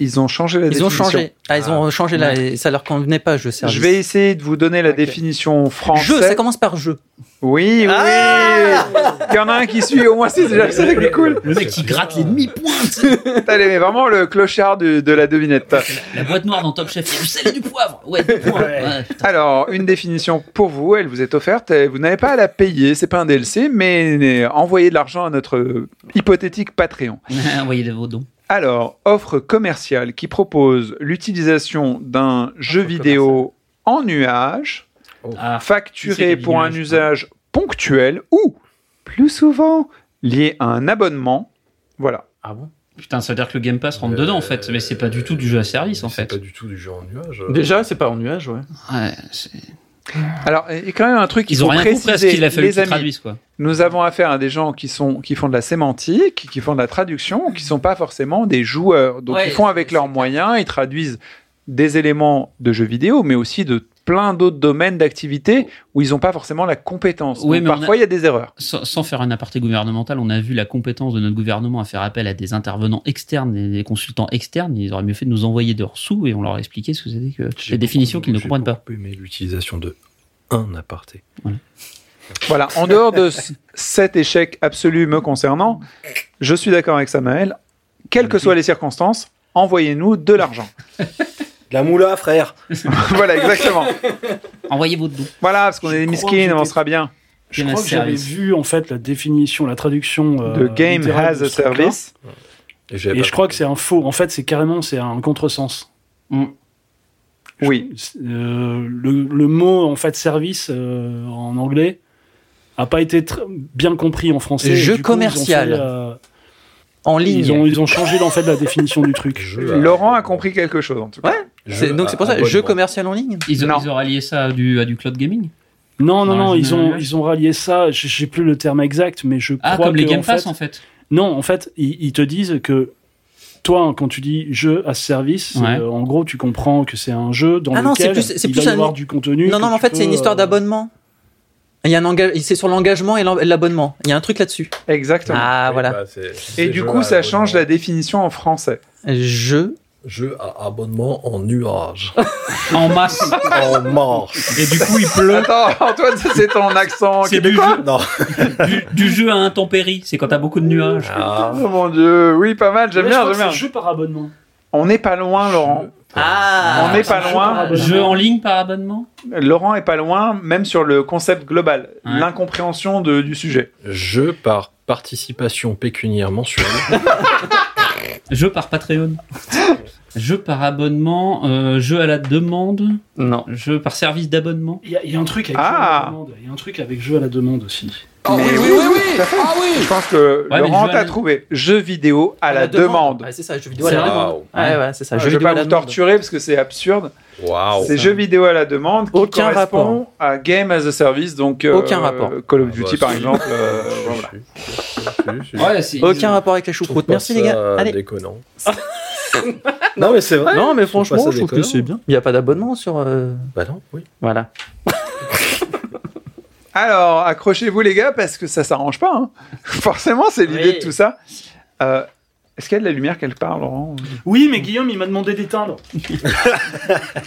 Ils ont changé la Ils ont définition. changé. Ah, ils ont changé là. et Ça leur convenait pas jeu service. Je vais essayer de vous donner la Ok. définition française. Jeu, ça commence par jeu. Oui, oui Ah Il y en a un qui suit, au moins c'est déjà ça qui est cool. Le mec qui gratte les demi-pointes Allez, mais vraiment le clochard de, de la devinette. La boîte noire dans Top Chef, il y a du sel et du poivre Ouais, deux points Ouais, putain. Alors, une définition pour vous, elle vous est offerte, et vous n'avez pas à la payer, c'est pas un DLC, mais euh, envoyez de l'argent à notre euh, hypothétique Patreon. Envoyez vos dons. Alors, offre commerciale qui propose l'utilisation d'un jeu vidéo en nuage, Ah, c'est facturé des pour un nuages, usage ponctuel ou, plus souvent, lié à un abonnement. Voilà. Ah bon putain, ça veut dire que le Game Pass rentre dedans en fait, mais c'est pas du tout du jeu à service en Euh, C'est fait. pas du tout du jeu en nuage. Déjà, c'est pas en nuage, ouais. Ouais, c'est- Alors, il y a quand même un truc qu'il Ils ont faut rien compris à ce préciser, qu'il a fallu les qu'ils amis. traduisent, quoi. Nous avons affaire à des gens qui sont qui font de la sémantique, qui font de la traduction, qui sont pas forcément des joueurs. Donc Ouais, ils font avec leurs moyens, ils traduisent des éléments de jeux vidéo, mais aussi de plein d'autres domaines d'activité où ils n'ont pas forcément la compétence. Oui, Donc, mais on parfois a- il y a des erreurs. Sans, sans faire un aparté gouvernemental, on a vu la compétence de notre gouvernement à faire appel à des intervenants externes, des, des consultants externes. Ils auraient mieux fait de nous envoyer de leurs sous et on leur expliquait ce que c'était que les définitions qu'ils ne comprennent pas. Mais l'utilisation de un aparté. Voilà. En dehors de c- cet échec absolu me concernant, je suis d'accord avec Samaël. Quelles que soient les circonstances, envoyez-nous de l'argent. De la moula, frère. voilà, exactement. Envoyez vos dons. Voilà, parce qu'on est des crois miskins, que on j'étais- sera bien. Je crois que j'avais vu en fait la définition, la traduction. euh, The game littérale has de a ce truc-là. service. Et, Et je crois que c'est un faux. En fait, c'est carrément c'est un contresens. euh, Oui. le, le mot en fait service euh, en anglais a pas été tr- bien compris en français. Et Jeu du coup, ils ont commercial. fait, euh, En ligne. Ils ont, ils ont changé en fait la définition du truc. bah. Laurent a compris quelque chose en tout cas. C'est- donc c'est pour ça, jeu commercial en ligne Ils, ont- ils auraient lié ça à du, à du cloud gaming Non, non, Dans non, les ils images. ont, ils ont rallié ça, je sais plus le terme exact, mais je Ah, crois comme les que, Game Pass, en fait. Non, en fait, ils, ils te disent que toi, quand tu dis jeu à service, Ouais. euh, en gros, tu comprends que c'est un jeu dans Ah non, c'est lequel plus, c'est il plus va y un- avoir du contenu. Non, que non, en tu fait, peux, c'est une histoire euh, d'abonnement. Il y a un engage- c'est sur l'engagement et l'en- l'abonnement. Il y a un truc là-dessus. Exactement. Ah voilà. bah, Et du coup, ça change la définition en français. bah. Jeu. Jeu à abonnement en nuage. En masse. en mars. Et du coup, il pleut. Attends, Antoine, ça, c'est ton accent. C'est du québécois jeu. Non. Du, du jeu à intempéries. C'est quand t'as beaucoup de nuages. Ah. Oh mon dieu, oui, pas mal, j'aime ouais, je bien, crois que j'aime bien. C'est jeu par abonnement. On n'est pas loin, Laurent. Ah, On n'est pas loin. Jeu en ligne par abonnement Laurent est pas loin, même sur le concept global, l'incompréhension de- du sujet. Jeu par participation pécuniaire mensuelle. Jeu par Patreon Jeu par abonnement euh, Jeu à la demande Non. Jeu par service d'abonnement Il y, a- il y a un truc avec jeu à la Ah. demande. Il y a un truc avec jeu à la demande aussi. Mais tout à fait. Je pense que Ouais, mais Laurent jeu à la- t'a trouvé. Jeu vidéo à, la, demande. Ouais, c'est ça, jeu vidéo à C'est la vrai demande. Ouais, voilà, c'est ça. Ah, Je Ah, jeu vais vidéo à pas la vous demande. torturer parce que c'est absurde. Waouh. C'est jeux vidéo à la demande qui Aucun correspond à Game as a Service, donc euh, Aucun rapport. Call of Duty bah, par si. exemple. euh, voilà. Aucun rapport avec la Je choucroute. trouve Ah, Merci pas les gars. ça Allez. déconnant. non mais c'est vrai. Non, mais Je trouve franchement, pas ça je trouve que déconnant. c'est bien. Il n'y a pas d'abonnement sur. euh, Bah non, oui. Voilà. Alors, accrochez-vous les gars parce que ça s'arrange pas. hein. Forcément, c'est l'idée de tout ça. Euh, Est-ce qu'il y a de la lumière quelque part, Laurent Oui, mais Guillaume, il m'a demandé d'éteindre.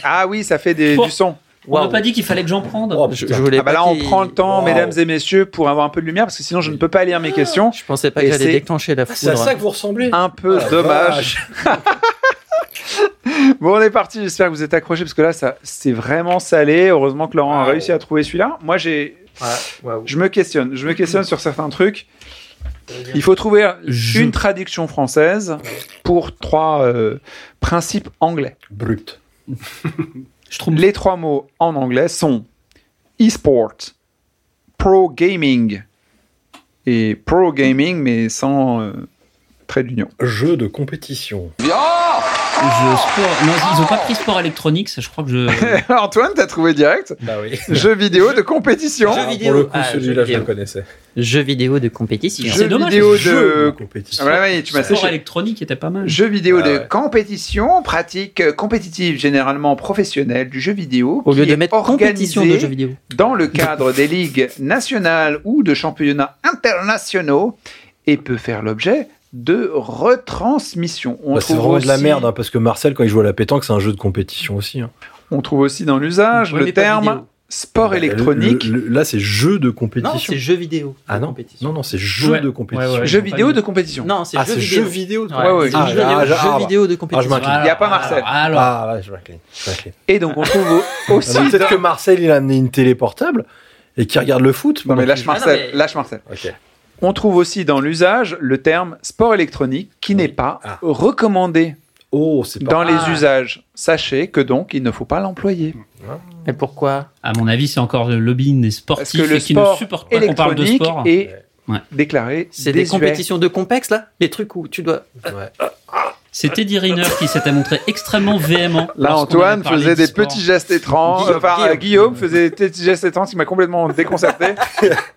Ah oui, ça fait des, Oh. du son. On m'a pas dit qu'il fallait que j'en prende. Je, je voulais Ah bah pas là, on qu'il- prend le temps, Wow. Ah. mesdames et messieurs, pour avoir un peu de lumière parce que sinon je ne peux pas lire mes questions. Je pensais pas Et que j'allais c'est- déclencher la Ah, C'est à foudre. ça que vous ressemblez. Un peu Ah, dommage. Bon, on est parti. J'espère que vous êtes accrochés parce que là, ça, c'est vraiment salé. Heureusement que Laurent a réussi à trouver celui-là. Moi, j'ai, je me questionne. Je me questionne sur certains trucs. Il faut trouver une traduction française pour trois euh, principes anglais. Brut. Les trois mots en anglais sont e-sport, pro gaming et pro gaming, mais sans euh, trait d'union. Jeu de compétition. Je sport- Non, ils ont pas pris sport électronique, ça je crois que je. Antoine, t'as trouvé direct Bah oui. Jeux vidéo de compétition. Jeux Pour le vidéo. coup, Ah, celui-là, jeu je le vidéo. connaissais. Jeux vidéo de compétition. C'est Jeux dommage, vidéo jeu de de... compétition. Ah, voilà, oui, tu m'as sport séché. électronique était pas mal. Jeux vidéo Ah de ouais. compétition, pratique euh, compétitive généralement professionnelle du jeu vidéo. Au lieu qui de est mettre compétition de organisée jeux vidéo. Dans le cadre des ligues nationales ou de championnats internationaux et peut faire l'objet de retransmissions. On, Bah, c'est trouve vraiment de la aussi- merde, hein, parce que Marcel, quand il joue à la pétanque, c'est un jeu de compétition aussi. hein. on trouve aussi dans l'usage Ouais, mais le pas terme vidéo. sport Bah, électronique. le- le- là, c'est jeu de compétition. Non, c'est jeux vidéo. ah non, non, non, c'est jeu Ouais. de compétition. Ouais, ouais. Jeux ils ont pas vidéo dit. de compétition. Non, c'est Ah, jeux c'est vidéo. jeux vidéo. toi. Ouais, ouais. C'est Ah, jeux là, vidéo- là, jeux ah, vidéo de Ah, je compétition. m'incline. Il n'y a pas Marcel. Alors, Ah, ouais, je m'incline. je m'incline. Et donc on trouve aussi. Ah, mais Peut-être dans- que Marcel, il a amené une télé portable et qu'il regarde le foot. Non mais pendant lâche Ah, non, Marcel, mais- lâche Marcel. qu'il- Ok. On trouve aussi dans l'usage le terme sport électronique qui n'est pas Ah. recommandé Oh, c'est pas. dans les usages. Sachez que donc il ne faut pas l'employer. Et pourquoi À mon avis, c'est encore le lobbying des Parce sportifs que le et qui ne sport supportent pas qu'on parle de électronique sport. est Ouais. déclaré C'est des désuet. compétitions de complexe là Les trucs où tu dois. Ouais. C'est Teddy Riner qui s'était montré extrêmement véhément. Là, lorsqu'on Antoine avait parlé faisait du des sport. petits gestes étranges. Guillaume- enfin, Guillaume, faisait des petits gestes étranges qui m'a complètement déconcerté.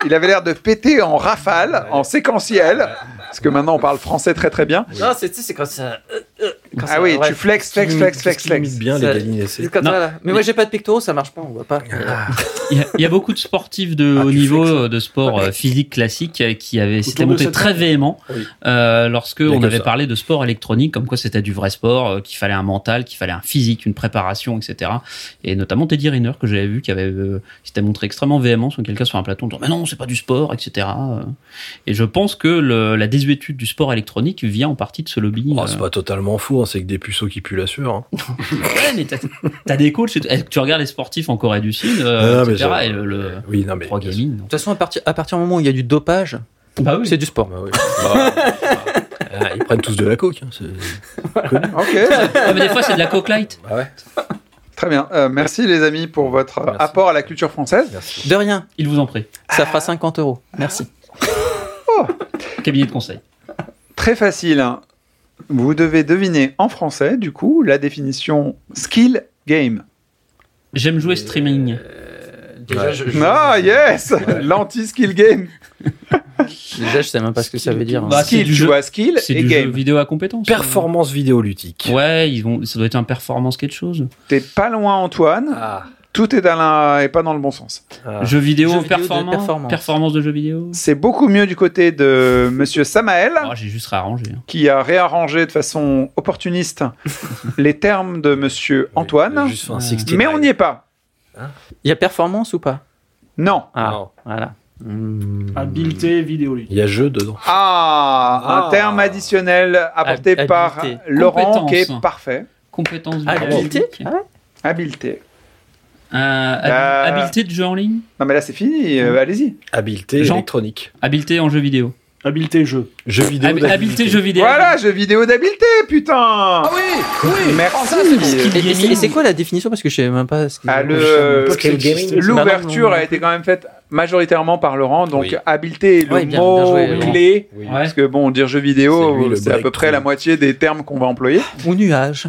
Il avait l'air de péter en rafale, en séquentiel. Parce que maintenant, on parle français très très bien. Non, c'est tu sais, c'est quand ça. euh, euh, quand Ah ça- oui, ouais. tu flex, flex, flex, flex, flex. Ça- c'est comme ça, là. Mais, moi, j'ai pas de pectoraux, ça marche pas, on voit pas. Ah. Il y, a, il y a beaucoup de sportifs de haut niveau euh, de sport euh, physique classique euh, qui avaient s'étaient de montés cette très table. véhément Oui. euh, lorsque Il y a on que avait ça. parlé de sport électronique, comme quoi c'était du vrai sport, euh, qu'il fallait un mental, qu'il fallait un physique, une préparation, etc. Et notamment Teddy Riner que j'avais vu qui avait euh, qui s'était montré extrêmement véhément sur quelqu'un sur un plateau en disant mais non c'est pas du sport, etc. Euh, Et je pense que le- la désuétude du sport électronique vient en partie de ce lobby. Oh, euh, c'est pas totalement fou, hein, c'est que des puceaux qui puent la sueur. hein. Ouais, mais t'as- t'as des coachs. et tout. Eh, Tu regardes les sportifs en Corée du Sud, Non, euh, non, Ah, mais etc. ça- Et le, le pro gaming. De toute façon, à partir, à partir du moment où il y a du dopage, Bah c'est du sport. Bah Ah, ils prennent tous de la coke. hein, c'est- Ok. Ouais, Ah, mais des fois, c'est de la coke light. Ah Très bien. Euh, merci les amis pour votre euh, apport à la culture française. De rien. Il vous en prie. Ça fera 50 euros. Merci. Cabinet de conseil. Très facile. hein. Vous devez deviner en français, du coup, la définition skill game. J'aime jouer streaming. déjà, je- je- Ah, yes L'anti-skill game. Déjà, je sais même pas ce que ça veut dire. hein. Bah, c'est skill, du tu jeu- vois, skill c'est et du game. jeu vidéo à compétence. Performance vidéoludique. Ouais, ils vont, ça doit être un performance quelque chose. T'es pas loin, Antoine. Ah. Ah, Tout est dans la... et pas dans le bon sens. Jeu vidéo, Jeu vidéo de performance, performance. performance. de jeu vidéo. C'est beaucoup mieux du côté de Monsieur Samael, J'ai juste réarrangé. hein. qui a réarrangé de façon opportuniste les termes de Monsieur Antoine. Euh, un 69. Mais on n'y est pas. Il y a performance ou pas Non. Ah, voilà. Habileté vidéoludique. Hmm. Il y a jeu dedans. Ah, Ah. un terme additionnel apporté Hab- par habileté. Laurent Compétence. qui est parfait. Compétence Habileté vidéoludique. Habileté. Euh, hab- Euh, Habileté de jeu en ligne. Non mais là c'est fini, euh, allez-y. Habileté Jean. électronique. Habileté en jeu vidéo. Habileté jeu. Jeu vidéo. Hab- d'habileté. habileté jeu vidéo. Voilà, jeu vidéo d'habileté, putain Ah oui, Merci Et, et Oh, c'est- et c'est quoi la définition Parce que je sais même pas ce que Ah, le- L'ouverture a été quand même faite majoritairement par Laurent, donc Oui. habileté est le Ouais, bien- bien mot joué, Laurent. clé. Oui. Parce que bon, dire jeu vidéo, C'est lui, le c'est à peu breakthrough. près la moitié des termes qu'on va employer. Ou nuage.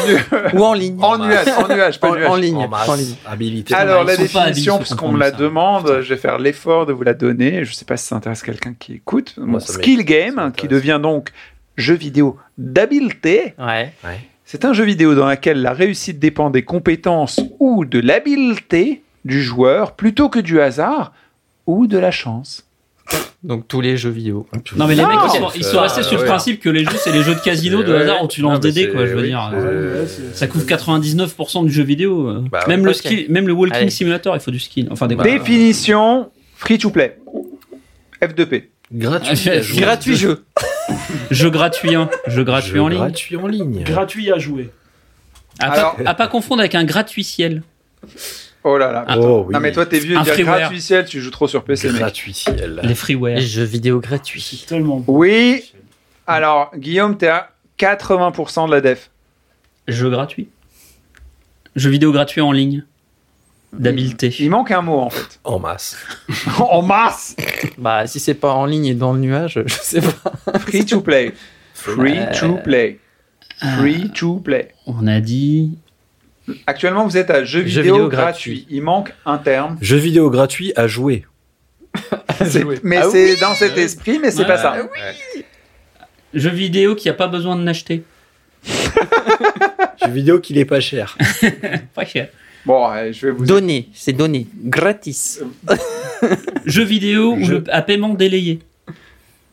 Ou en ligne. En nuage, en nuage, pas En- nuage. en ligne, En masse. en ligne. Habilité. Alors, Ils la sont pas définition, habiles, ceux qui puisqu'on font me la ça. demande, je vais faire l'effort de vous la donner. Je ne sais pas si ça intéresse quelqu'un qui écoute. Mon ça m'intéresse. skill game, qui devient donc jeu vidéo d'habileté, Ouais. c'est un jeu vidéo dans lequel la réussite dépend des compétences ou de l'habileté du joueur plutôt que du hasard ou de la chance. Donc tous les jeux vidéo. Non mais les Non, mecs ils sont, ils sont ça, restés sur le ouais. principe que les jeux c'est les jeux de casino de Ouais, hasard où tu non, lances des mais dés quoi je veux c'est- dire oui, Euh, ça couvre 99% du jeu vidéo euh. Bah, même ouais, le ok. skill même le walking Allez. simulator il faut du skill enfin Bah, des Définition free to play. F2P. Gratuit. à jouer. Gratuit jeu. jeu gratuit hein. jeu gratuit Jeu en ligne Gratuit en ligne. Gratuit à jouer. à, Alors- pas, à pas confondre avec un gratuit ciel Oh là là. Oh, oui. Non mais toi t'es vieux, Un dire freeware. gratuit ciel, tu joues trop sur PC mec. Gratuit ciel. les freeware Les jeux vidéo gratuits. Tellement. Oui. Alors Guillaume, t'es à 80% de la def. jeu gratuit jeu vidéo gratuit en ligne d'habileté Il manque un mot en fait. En masse. en masse. Bah si c'est pas en ligne et dans le nuage, je sais pas. Free to play. Free to play. Free to play. on a dit Actuellement, vous êtes à jeux vidéo, Jeux vidéo gratuit. gratuit. Il manque un terme. Jeu vidéo gratuit à jouer. Ah, C'est- Mais c'est dans cet esprit, mais c'est Ouais. pas ça. jeu vidéo qui a pas besoin de l'acheter Jeu vidéo qu'il est pas cher. pas cher Bon, euh, je vais vous. Donné, c'est donné, gratis. jeu vidéo ou le- à paiement délayé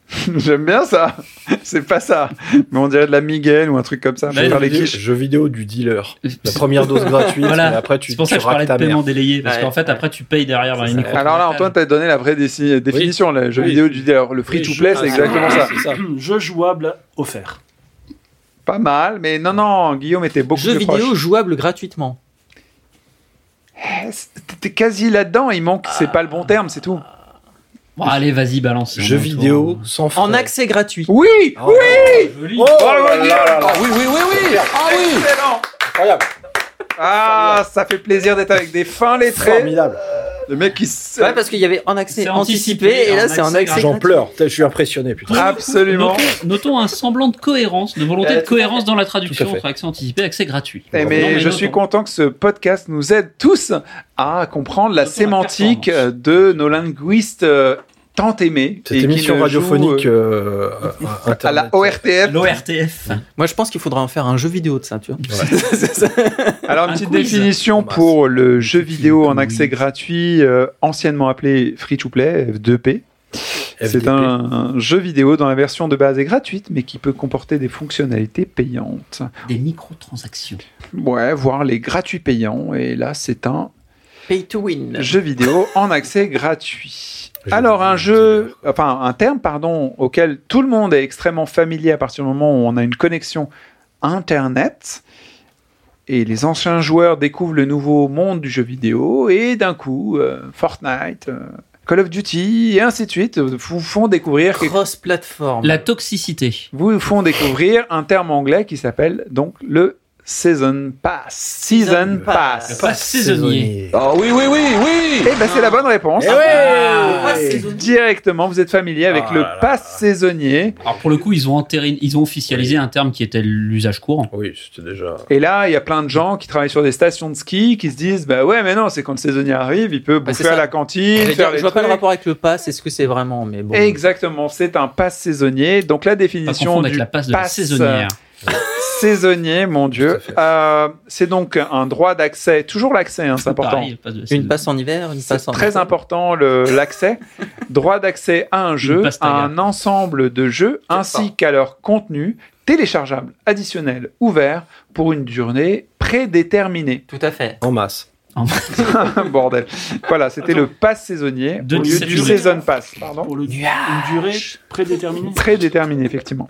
J'aime bien ça. C'est pas ça. Mais on dirait de la Miguel ou un truc comme ça. Je Bah, vais faire les Jeu- quiches. Jeu vidéo du dealer. La première dose gratuite, Voilà. et après tu, C'est pour ça tu que je parlais raques de ta paiement mère. délayé, parce Ouais. qu'en fait, après, tu payes derrière dans les micro Alors là, Antoine, t'as donné la vraie déci- définition. Le jeu Oui. vidéo du dealer. Le free to play, c'est exactement ça. C'est ça. Jeu jouable offert. Pas mal, mais non, non, Guillaume était beaucoup Jeu plus vidéo proche. jouable gratuitement. Eh, c'est- T'es quasi là-dedans. Il manque, c'est pas le bon terme, c'est tout. Bon, allez, vas-y, balance. Jeu On vidéo sans frais. En accès gratuit. Oui, Oh. oui. oh, tourne. Joli. Ah oui, oui, oui, oui. Ah oui. Excellent. Incroyable. Ah, ça fait plaisir d'être avec des fins lettrés. Formidable. Le mec qui se... Ouais, parce qu'il y avait en accès C'est anticipé, anticipé, et là en c'est en accès accès. J'en pleure, Putain, je suis impressionné, putain. Absolument. Notons, notons un semblant de cohérence, de volonté Euh, de cohérence dans la tout traduction à fait. entre accès anticipé et accès gratuit. Eh, Non, mais je notons. suis content que ce podcast nous aide tous à comprendre la sémantique euh, de nos linguistes euh, tant aimés. Cette et qui émission ne radiophonique jouent, euh, euh, euh, à la internet. ORTF. L'ORTF. Moi je pense qu'il faudra en faire un jeu vidéo de ça, tu vois. Alors, une Un petite quiz. définition pour le jeu vidéo en accès gratuit, euh, anciennement appelé Free to Play, F2P. C'est FDP. un, un jeu vidéo dont la version de base est gratuite, mais qui peut comporter des fonctionnalités payantes. Des microtransactions. Ouais, voir les gratuits payants. Et là, c'est un Pay to win. jeu vidéo en accès gratuit. Alors un jeu, enfin un terme pardon, auquel tout le monde est extrêmement familier à partir du moment où on a une connexion internet. Et les anciens joueurs découvrent le nouveau monde du jeu vidéo et d'un coup, euh, Fortnite, euh, Call of Duty et ainsi de suite euh, vous font découvrir quelque Cross platform. La toxicité. vous font découvrir un terme anglais qui s'appelle donc le Season Pass. Season Season Pass. Pass. Pas saisonnier. Ah oui, oui, oui, oui Eh ben c'est la bonne réponse. Eh ouais Ah, c'est- Directement, vous êtes familier avec Ah le là là. pass saisonnier. Alors pour le coup, ils ont enterré- ils ont officialisé un terme qui était l'usage courant. Oui, c'était déjà. Et là, il y a plein de gens qui travaillent sur des stations de ski qui se disent Bah ouais, mais non, c'est quand le saisonnier arrive, il peut bouffer Bah, c'est ça. à la cantine, Je veux faire dire, les je vois pas le trucs. rapport avec le pass, est-ce que c'est vraiment, mais bon. Exactement, c'est un pass saisonnier. Donc la Pas définition du confondre avec la passe de la pass, saisonnière. saisonnier, mon Dieu. Tout Euh, c'est donc un droit d'accès, toujours l'accès, hein, c'est important. Pareil, passe de la Une saisonnière. passe en hiver, une passe en. C'est très important le- l'accès. Droit d'accès à un jeu, pastaga. à un ensemble de jeux, ainsi qu'à leur contenu téléchargeable, additionnel, ouvert, pour une durée prédéterminée. Tout à fait. En masse. Bordel. Voilà, c'était le pass saisonnier De au lieu 17 du durée. season pass. Pardon. Pour le, une durée prédéterminée. Prédéterminé, effectivement.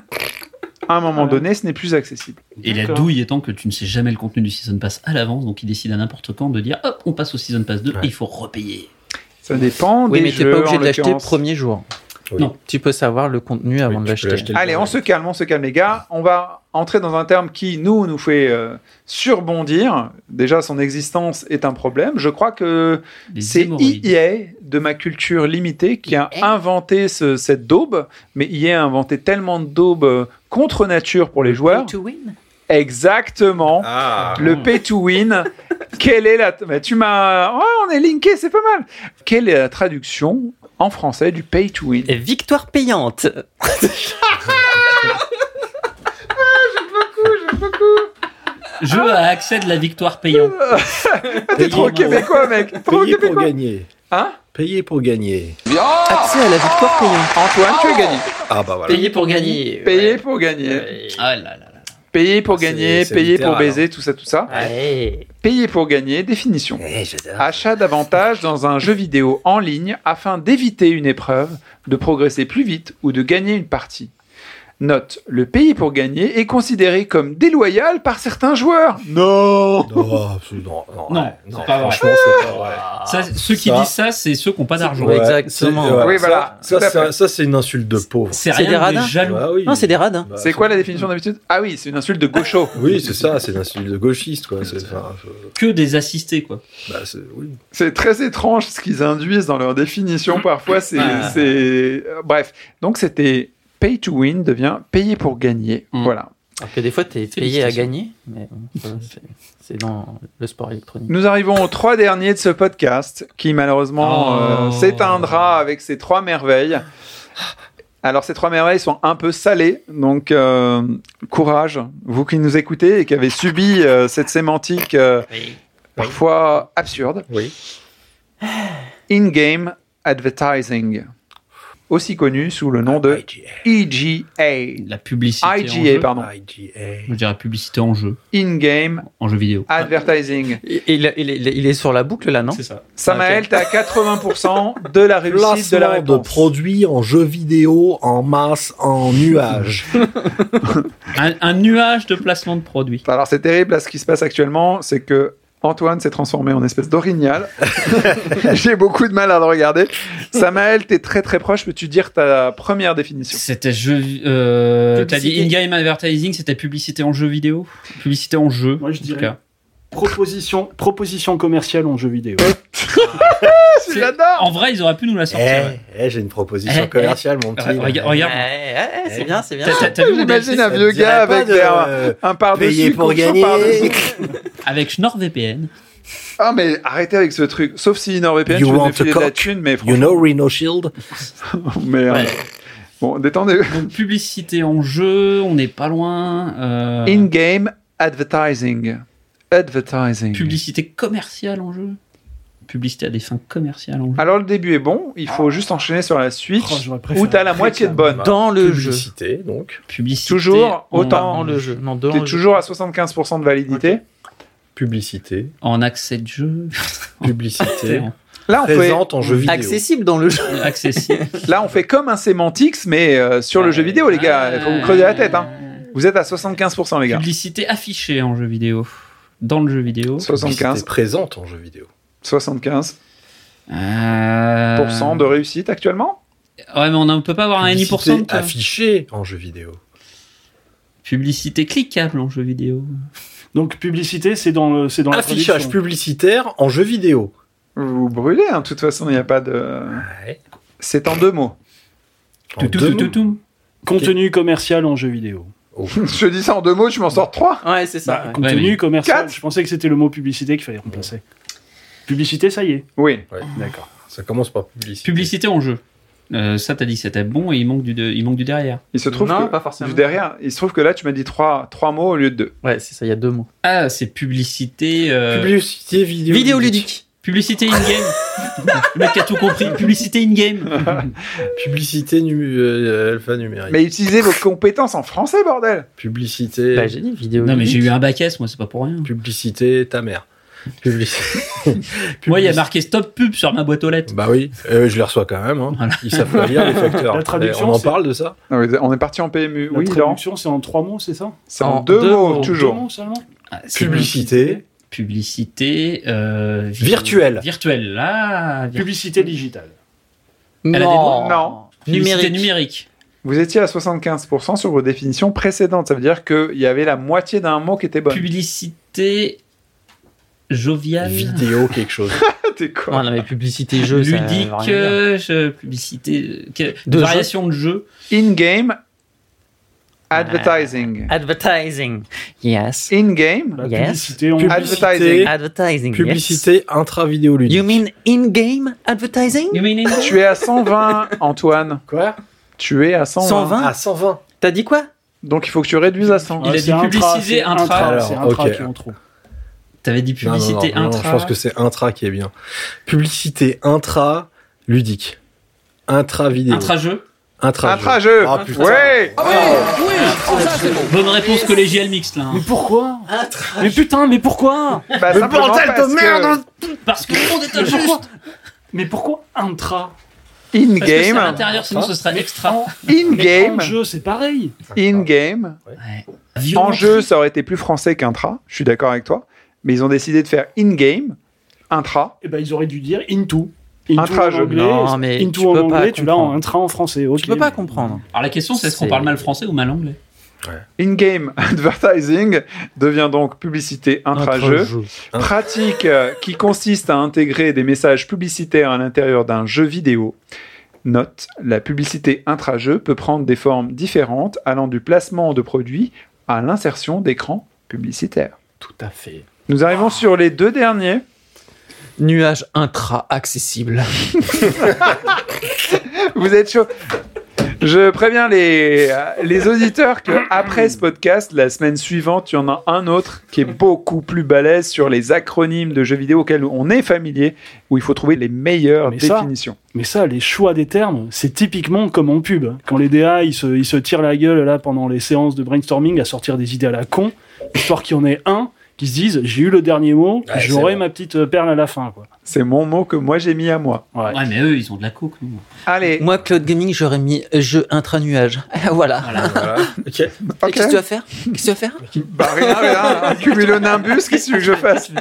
À un moment Voilà. donné, ce n'est plus accessible. Et la D'accord. douille étant que tu ne sais jamais le contenu du season pass à l'avance, donc ils décident à n'importe quand de dire hop, on passe au season pass 2 et il faut repayer. Ça dépend Oui, des mais t'es jeux, pas en obligé de l'acheter l'occurrence. premier jour. Oui. Non. Tu peux savoir le contenu avant Oui, de tu peux l'acheter. l'acheter. Allez, on se calme, on se calme, les gars. On va entrer dans un terme qui, nous, nous fait euh, surbondir. Déjà, son existence est un problème. Je crois que Des c'est hémorroïdes. EA, de ma culture limitée, qui a EA. inventé ce- cette daube. Mais EA a inventé tellement de daubes euh, contre nature pour les joueurs. Pay to win. Exactement. Ah. Le pay to win. Quelle est la. Mais tu m'as. Ouais, on est linké, c'est pas mal. Quelle est la traduction en français du pay to win Et victoire payante. Jeu à accès de la victoire payant. T'es trop Payé pour- québécois, mec. Trop Payer pour québécois. gagner. Hein Payer pour gagner. Accès à la victoire payante. Antoine, tu as gagné. Ah bah voilà. Payer pour gagner. Payer pour gagner. Ouais. Ah là là là. Payer pour Ah, C'est- gagner, c'est payer pour littéral, hein. baiser, tout ça, tout ça. Ah, Ouais. Ah, Payer pour gagner, définition. Achat d'avantages dans un jeu vidéo en ligne afin d'éviter une épreuve, de progresser plus vite ou de gagner une partie. Note, le payer pour gagner est considéré comme déloyal par certains joueurs. Non Non, absolument. Non, Non, ouais, c'est non, pas vrai. franchement, c'est pas vrai. Ça, ceux qui Ça. disent ça, c'est ceux qui n'ont pas d'argent. Ouais, exactement. c'est- Oui, voilà, Ça, tout à ça, fait. c'est- ça, c'est une insulte de pauvre. C'est C'est des rien des radins. jaloux. Bah oui. Non, c'est des radins. Bah, C'est quoi la définition d'habitude Ah oui, c'est une insulte de gaucho. Oui, c'est ça, c'est une insulte de gauchiste, quoi. C'est, enfin, je- Que des assistés, quoi. bah, c'est- oui. C'est très étrange ce qu'ils induisent dans leur définition. Parfois, c'est. Ah. c'est- euh, Bref. Donc, c'était pay to win devient payer pour gagner. Mm. Voilà. Alors que des fois, t'es payé à Félicitations. gagner. Mais bon, ça, c'est- c'est dans le sport électronique. Nous arrivons aux trois derniers de ce podcast qui, malheureusement, Oh. euh, s'éteindra avec ces trois merveilles. Alors, ces trois merveilles sont un peu salées. Donc, euh, courage. Vous qui nous écoutez et qui avez subi euh, cette sémantique euh, parfois absurde. Oui. In-game advertising. Aussi connu sous le nom de E EGA. La publicité. en IGA, jeu. pardon. Je dirais publicité en jeu, In-game en jeu vidéo. advertising. Il, il- il- il est sur la boucle là, non C'est ça. Samaël, t'as 80% de la réussite de la Placement de, réponse. produits en jeux vidéo en masse, en nuage. Un, un nuage de placement de produits. Alors, c'est terrible, là, ce qui se passe actuellement, c'est que Antoine s'est transformé en espèce d'orignal. J'ai beaucoup de mal à le regarder. Samaël, t'es très très proche. Peux-tu dire ta première définition C'était jeu. Euh, T'as dit Publicité. in-game advertising, c'était publicité en jeu vidéo Publicité en jeu. Moi, je en tout dirais cas. Euh, Proposition, proposition commerciale en jeu vidéo. C'est- En vrai, ils auraient pu nous la sortir. Eh, eh, j'ai une proposition Eh, commerciale, eh. mon petit. Re- regarde- regarde. Eh, c'est bien, c'est bien. T'as- t'as- t'as vu mon J'imagine DLC, un ça vieux me dirait gars pas avec de- des- Euh, un, un pardessus. payer pour contre gagner. pardessus. Avec NordVPN. Ah, mais arrêtez avec ce truc. Sauf si NordVPN, You je vous want ai a filé de la cock? thune, mais You know Rhino Shield franchement, merde. Bon, détendez. Publicité en jeu, on n'est pas loin. euh, In-game advertising. Advertising. Publicité commerciale en jeu. Publicité à des fins commerciales en jeu. Alors, le début est bon. Il faut juste enchaîner sur la Oh, suite où t'as la moitié de bonne. Dans le jeu. donc. Publicité. Toujours en- autant. dans le jeu. Non, dans T'es le jeu. toujours à 75% de validité. Publicité. En accès de jeu. Publicité. Là, on Présente fait... en jeu vidéo. Accessible dans le jeu. Accessible. Là, on fait comme un Semantics, mais euh, sur le jeu vidéo, les gars. Il faut vous creuser la tête. hein. Vous êtes à 75%, les gars. Publicité affichée en jeu vidéo. Dans le jeu vidéo. 75. présente en jeu vidéo. 75% Euh, de réussite actuellement Ouais, mais on ne peut pas avoir un Publicité 10% de quoi. affichée en jeu vidéo. Publicité cliquable en jeu vidéo. Donc publicité, c'est dans le, c'est dans la Affichage traduction. publicitaire en jeu vidéo. Vous brûlez, hein, de toute façon, il n'y a pas de. C'est en deux mots. En deux mots. Contenu commercial en jeu vidéo. je dis ça en deux mots, je m'en sors trois. Ouais, c'est ça. Bah, contenu commercial. Je pensais que c'était le mot publicité qu'il fallait remplacer. Publicité, ça y est. Oui. D'accord. Ça commence par publicité. Publicité en jeu. Euh, ça, t'as dit c'était bon et il manque du, de- il manque du derrière. Il se trouve que, du derrière, il se trouve que là, tu m'as dit trois, trois mots au lieu de deux. Ouais, c'est ça, il y a deux mots. Ah, c'est publicité. euh, Publicité vidéo. Vidéoludique. Publicité in-game. le mec a tout compris. Publicité Euh, in-game. Publicité nu- euh, alphanumérique. Mais utilisez vos compétences en français, bordel Publicité. Bah, j'ai dit vidéo. non, mais j'ai eu un bac S, moi, c'est pas pour rien. Publicité ta mère. Publicité. Moi, il y a marqué stop pub sur ma boîte aux lettres. bah oui, euh, je les reçois quand même. hein. Ils savent pas lire les facteurs. Euh, La traduction, on en c'est- parle de ça Non, mais On est parti en PMU. La oui, Laurent traduction, c'est en trois mots, c'est ça C'est en, deux, mots, En toujours. Deux mots seulement Bah, Ah, c'est Publicité. Publicité. euh, vi- Virtuelle. Virtuelle, Ah, là. vir- Publicité digitale. Non. Elle a des droits hein. Non. Publicité Numérique. numérique. Vous étiez à 75% sur vos définitions précédentes. Ça veut dire qu'il y avait la moitié d'un mot qui était bonne. Publicité joviale. Vidéo quelque chose. T'es quoi Non, non, mais publicité jeu, ça veut ludique. rien dire. euh, je- publicité. euh, que- De variation de jeu. In-game advertising. Advertising. Yes. In-game La Yes. Publicité en advertising. Advertising. yes. Publicité intra-vidéoludique. You mean in-game advertising You mean in- Tu es à 120, Antoine. Quoi Tu es à 120. 120 Ah, 120. T'as dit quoi Donc il faut que tu réduises à 100. Il a Ah, c'est dit publicité intra, c'est intra, intra. Alors, c'est intra ok. qui est en trop. T'avais dit Non, non, non, publicité non, non, intra. je pense que c'est intra qui est bien. Publicité intra-ludique. Intra-vidéo. Intra-jeu. Intra-jeu. Intra-jeu. Ah, putain. ouais Bonne réponse collégiale mixte là. hein. Pourquoi Mais putain, mais pourquoi bah, simplement parce que Parce que le monde est injuste. Mais pourquoi intra Parce que c'est à In-game, l'intérieur, sinon ce Hein serait extra. Mais in-game, en jeu, c'est pareil. in-game. Ouais. En Violence. jeu, ça aurait été plus français qu'intra, je suis d'accord avec toi. Mais ils ont décidé de faire in-game, intra. Eh ben, ils auraient dû dire into. Into Intra-jeu. en anglais, Non, mais into tu en peux pas anglais, tu l'as en comprendre. intra en français. ok. Tu peux pas comprendre. Alors la question, c'est est-ce qu'on C'est- parle mal français ou mal anglais In-game advertising devient donc publicité intra-jeu. Ah. Pratique euh, qui consiste à intégrer des messages publicitaires à l'intérieur d'un jeu vidéo. Note, la publicité intra-jeu peut prendre des formes différentes allant du placement de produits à l'insertion d'écrans publicitaires. Tout à fait. Nous arrivons sur les deux derniers. Nuage intra-accessible. Vous êtes chaud. Je préviens les, euh, les auditeurs que après ce podcast, la semaine suivante, il y en a un autre qui est beaucoup plus balèze sur les acronymes de jeux vidéo auxquels on est familier, où il faut trouver les meilleures Mais ça- définitions. Mais ça, les choix des termes, c'est typiquement comme en pub. Quand les DA, ils se, ils se tirent la gueule là pendant les séances de brainstorming à sortir des idées à la con, histoire qu'il y en ait un qui se dise j'ai eu le dernier mot, Ouais, c'est j'aurai bon. ma petite perle à la fin. Quoi. C'est mon mot que moi j'ai mis à moi. Ouais. Ouais, mais eux, ils ont de la coke. nous. Allez, Moi, Cloud Gaming, j'aurais mis jeu intra-nuage. voilà. Voilà. Ok. Et Qu'est-ce que tu vas faire Qu'est-ce que tu vas faire Bah rien, rien, un cumulonimbus, qu'est-ce que je fasse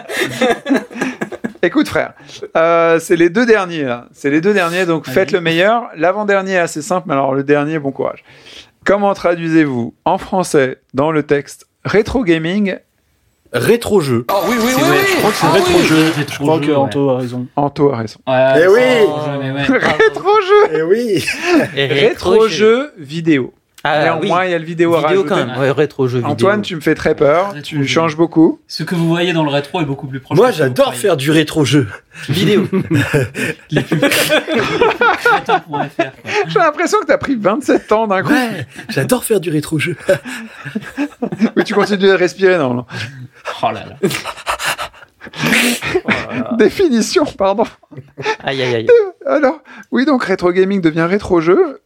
Écoute frère, euh, c'est les deux derniers là. C'est les deux derniers, donc Vas-y. faites le meilleur. L'avant-dernier est assez simple, mais alors le dernier, bon courage. Comment traduisez-vous en français dans le texte rétro gaming Rétro-jeu. Oh. Ah oui, oui, C'est oui, vrai, oui. Je crois que c'est Ah rétro-jeu. oui. Je crois que Anto a raison. Anto a raison. Eh oui Rétro-jeu Eh oui Rétro-jeu vidéo. Ah, Néanmoins, oui. il y a le vidéo à Vidéo rajouter. quand même. Ouais, rétro-jeu vidéo. Antoine, tu me fais très peur. tu changes beaucoup. Ce que vous voyez dans le rétro est beaucoup plus proche. Moi, j'adore faire du rétro-jeu. Vidéo. J'ai l'impression que t'as pris 27 ans d'un coup. Ouais, j'adore faire du rétro-jeu. Mais tu continues de respirer normalement. Oh là là. Ah. Définition, pardon. Aïe, aïe, aïe. Alors, Ah oui, donc rétro gaming devient rétro jeu.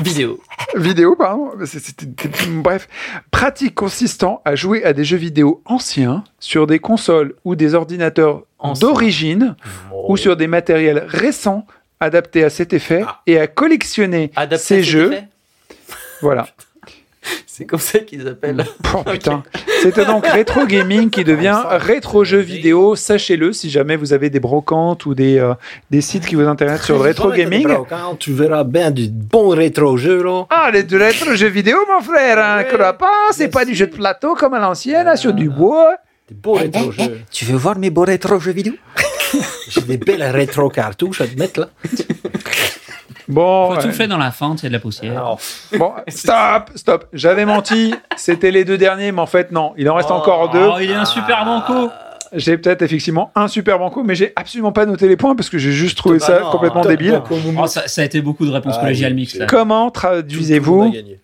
Vidéo. Vidéo, pardon. C'est- c'était- Bref, pratique consistant à jouer à des jeux vidéo anciens sur des consoles ou des ordinateurs d'origine Oh. ou sur des matériels récents adaptés à cet effet et à collectionner Ah. Adapté à ces cet jeux. effet Voilà. C'est comme ça qu'ils appellent. Oh putain. C'était donc rétro gaming qui devient rétro jeu vidéo. Sachez-le si jamais vous avez des brocantes ou des, euh, des sites qui vous intéressent sur le rétro gaming. Quand tu verras bien du bon rétro-jeu, là. Ah, les du rétro jeu vidéo, mon frère, hein, crois pas, c'est pas du jeu de plateau comme à l'ancienne, hein, sur du Ah. bois. Beau rétro-jeu. Tu veux voir mes beaux rétro-jeux vidéo J'ai des belles rétro-cartouches à te mettre, là. Bon, Faut tout ouais. fait dans la fente, il y a de la poussière. bon, stop, stop. J'avais menti, c'était les deux derniers, mais en fait, non, il en reste encore Ah, deux. Oh, il est un super banco. J'ai peut-être effectivement un super banco, mais j'ai absolument pas noté les points parce que j'ai juste trouvé Bah ça complètement débile. Oh, ça, ça a été beaucoup de réponses Ah, collégiales oui, mixtes. là. Comment On a traduisez-vous gagné.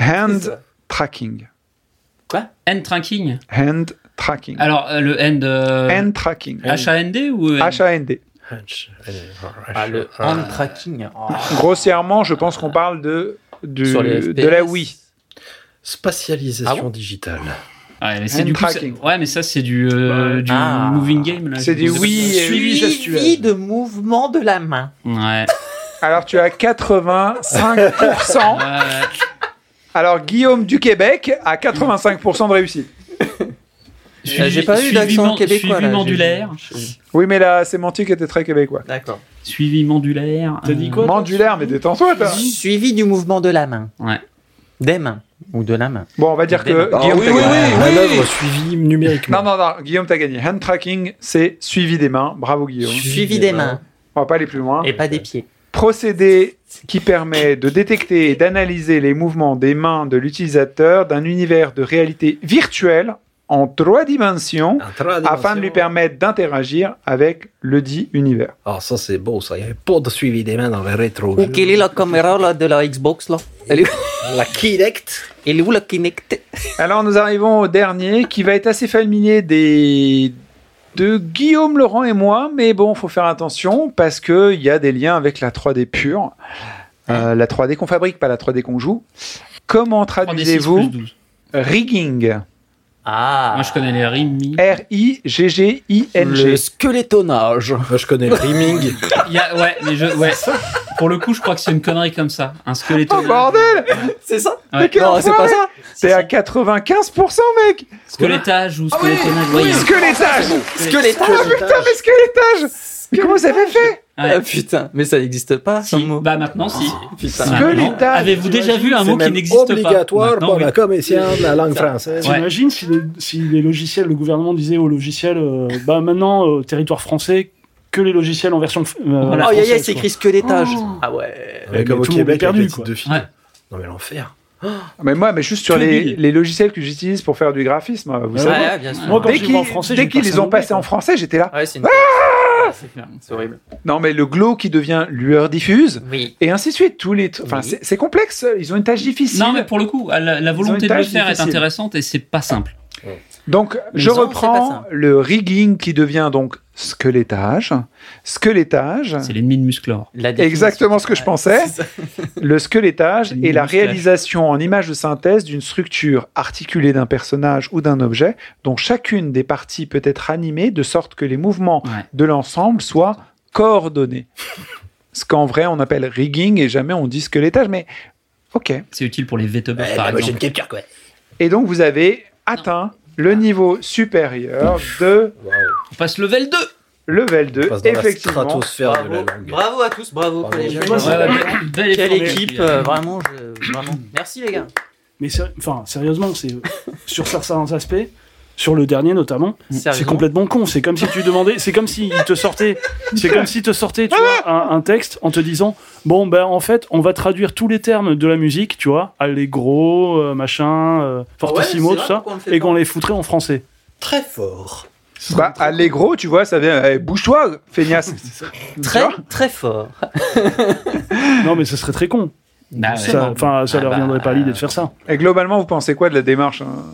hand tracking? Quoi End tracking. Hand tracking. Alors, euh, le end. euh, Hand tracking. H-A-N-D ou. euh, H-A-N-D. Hunch. eh, Ah, le hand tracking. Oh. Grossièrement, je pense qu'on parle de, du- Sur les de la FPS. Wii. Spatialisation Ah bon digitale. Ouais, Ah, mais c'est Hand du coup, tracking. c'est- Ouais, mais ça, c'est du, euh, du Ah. moving game. là. C'est du Je- oui et oui gestuel. Suivi de mouvement de la main. Ouais. Alors, tu as 85%. Euh, Ouais. Alors, Guillaume du Québec a 85% de réussite. Euh, J'ai pas eu d'accent suivi- québécois. Suivi là, j'ai- mandulaire. j'ai- Oui, mais la sémantique était très québécois. D'accord. Suivi mandulaire. T'as dit euh, quoi toi Mandulaire, mais détends-toi, Bah. toi. Suivi du mouvement de la main. Ouais. Des mains. Ou de la main. Bon, on va dire que Ah Guillaume oui, t'a oui, gagné. oui, euh, Manœuvre suivie numériquement. Non, non, non, Guillaume, t'as gagné. Hand tracking, c'est suivi des mains. Bravo, Guillaume. Suivi des mains. On va pas aller plus loin. Et pas des pieds. procédé qui permet de détecter et d'analyser les mouvements des mains de l'utilisateur d'un univers de réalité virtuelle en trois dimensions Un trois afin de lui dimensions. permettre d'interagir avec le dit univers. Ah, ça, c'est beau, ça. Il n'y avait pas de suivi des mains dans le rétro. Où quelle est la caméra là, de la Xbox là Elle est... La Kinect. Elle est où la Kinect Alors nous arrivons au dernier qui va être assez familier des de Guillaume Laurent et moi, mais bon, faut faire attention parce que il y a des liens avec la 3D pure, Euh, la 3D qu'on fabrique, pas la 3D qu'on joue. Comment 3D6 plus traduisez-vous 12. rigging Ah Moi, je connais les Eh. rimis. R-I-G-G-I-N-G. Le squelettonnage. Moi, je connais le Dreaming. Il y a- ouais, mais je, ouais. Pour le coup, je crois que c'est une connerie comme ça. Un squelette. Oh bordel C'est ça Ouais. Mais quel Non, c'est enfoiré pas ça. T'es à 95% mec Squelettage Ah ou squelettonnage. ouais, il y a- Squelettage Ah Squelettage. putain mais squelettage Mais comment vous avez fait Ah putain, mais ça n'existe pas. ce Si. mot. Bah maintenant, si. Putain. Bah, maintenant. Squelettage, Avez-vous déjà vu un C'est mot qui même n'existe pas obligatoire Maintenant, pour oui. la commission de la langue française. Ouais. T'imagines si, le- si les logiciels, le gouvernement disait aux logiciels, euh, bah maintenant, euh, territoire français, que les logiciels en version. f- euh, oh, française, y'a y'a, c'est quoi. écrit squelettage. Ah ouais. Mais Mais comme au tout le monde Québec, est perdu, avec les quoi. titres de filles. Ouais. Non, mais l'enfer. Mais moi, mais juste sur Que les, bille. les logiciels que j'utilise pour faire du graphisme, vous Ouais, savez. Ouais, bien sûr. Moi, quand Dès je les qu'ils vois en français, dès j'ai qu'ils pas les ça ont non plus, passés en quoi. français, j'étais là. Ouais, c'est une- Ah, Ouais, c'est clair, c'est horrible. Non, mais le glow qui devient lueur diffuse, Oui. et ainsi de suite. Tous les, enfin, c'est- c'est complexe. Ils ont une tâche difficile. Non, mais pour le coup, la, la volonté de le tâche faire est difficile. intéressante et c'est pas simple. Donc, Mais je non, c'est pas reprends ça. le rigging qui devient donc squelettage, squelettage. C'est l'ennemi de Musclor. La définition. Exactement ce que je Ouais, pensais. c'est ça. Le squelettage Une est la moustache. réalisation en image de synthèse d'une structure articulée d'un personnage ou d'un objet dont chacune des parties peut être animée de sorte que les mouvements Ouais. de l'ensemble soient coordonnés. ce qu'en vrai on appelle rigging et jamais on dit squelettage, mais ok. C'est utile pour les VTubers, Bah, par bah, moi, j'ai exemple. une capture, quoi. Et donc vous avez atteint Ah. le niveau supérieur de On passe level 2 level On 2, passe dans la effectivement. stratosphère de la Bravo. langue. Bravo à tous, bravo Bravo. collégiens. Moi, c'est- Ouais, belle- belle Bah, Quelle effort, équipe, les- euh, vraiment, je- vraiment. Merci les gars. Mais sé- enfin, sérieusement, c'est sur certains aspects, sur le dernier notamment, c'est complètement con. C'est comme si tu demandais, c'est comme s'il te sortait, c'est comme si te sortait, tu vois, un, un texte en te disant, bon ben en fait, on va traduire tous les termes de la musique, tu vois, allégro, euh, machin, euh, Ah fortissimo, c'est tout vrai, ça, pourquoi on le fait et qu'on les foutrait en français. Très fort. Bah, Allegro, tu vois, ça vient. eh, Bouge-toi, feignasse. Très, très fort. non, mais ce serait très con. Ah, Bah, Ça- ouais. Enfin, ça leur viendrait pas l'idée de faire ça. Et globalement, vous pensez quoi de la démarche hein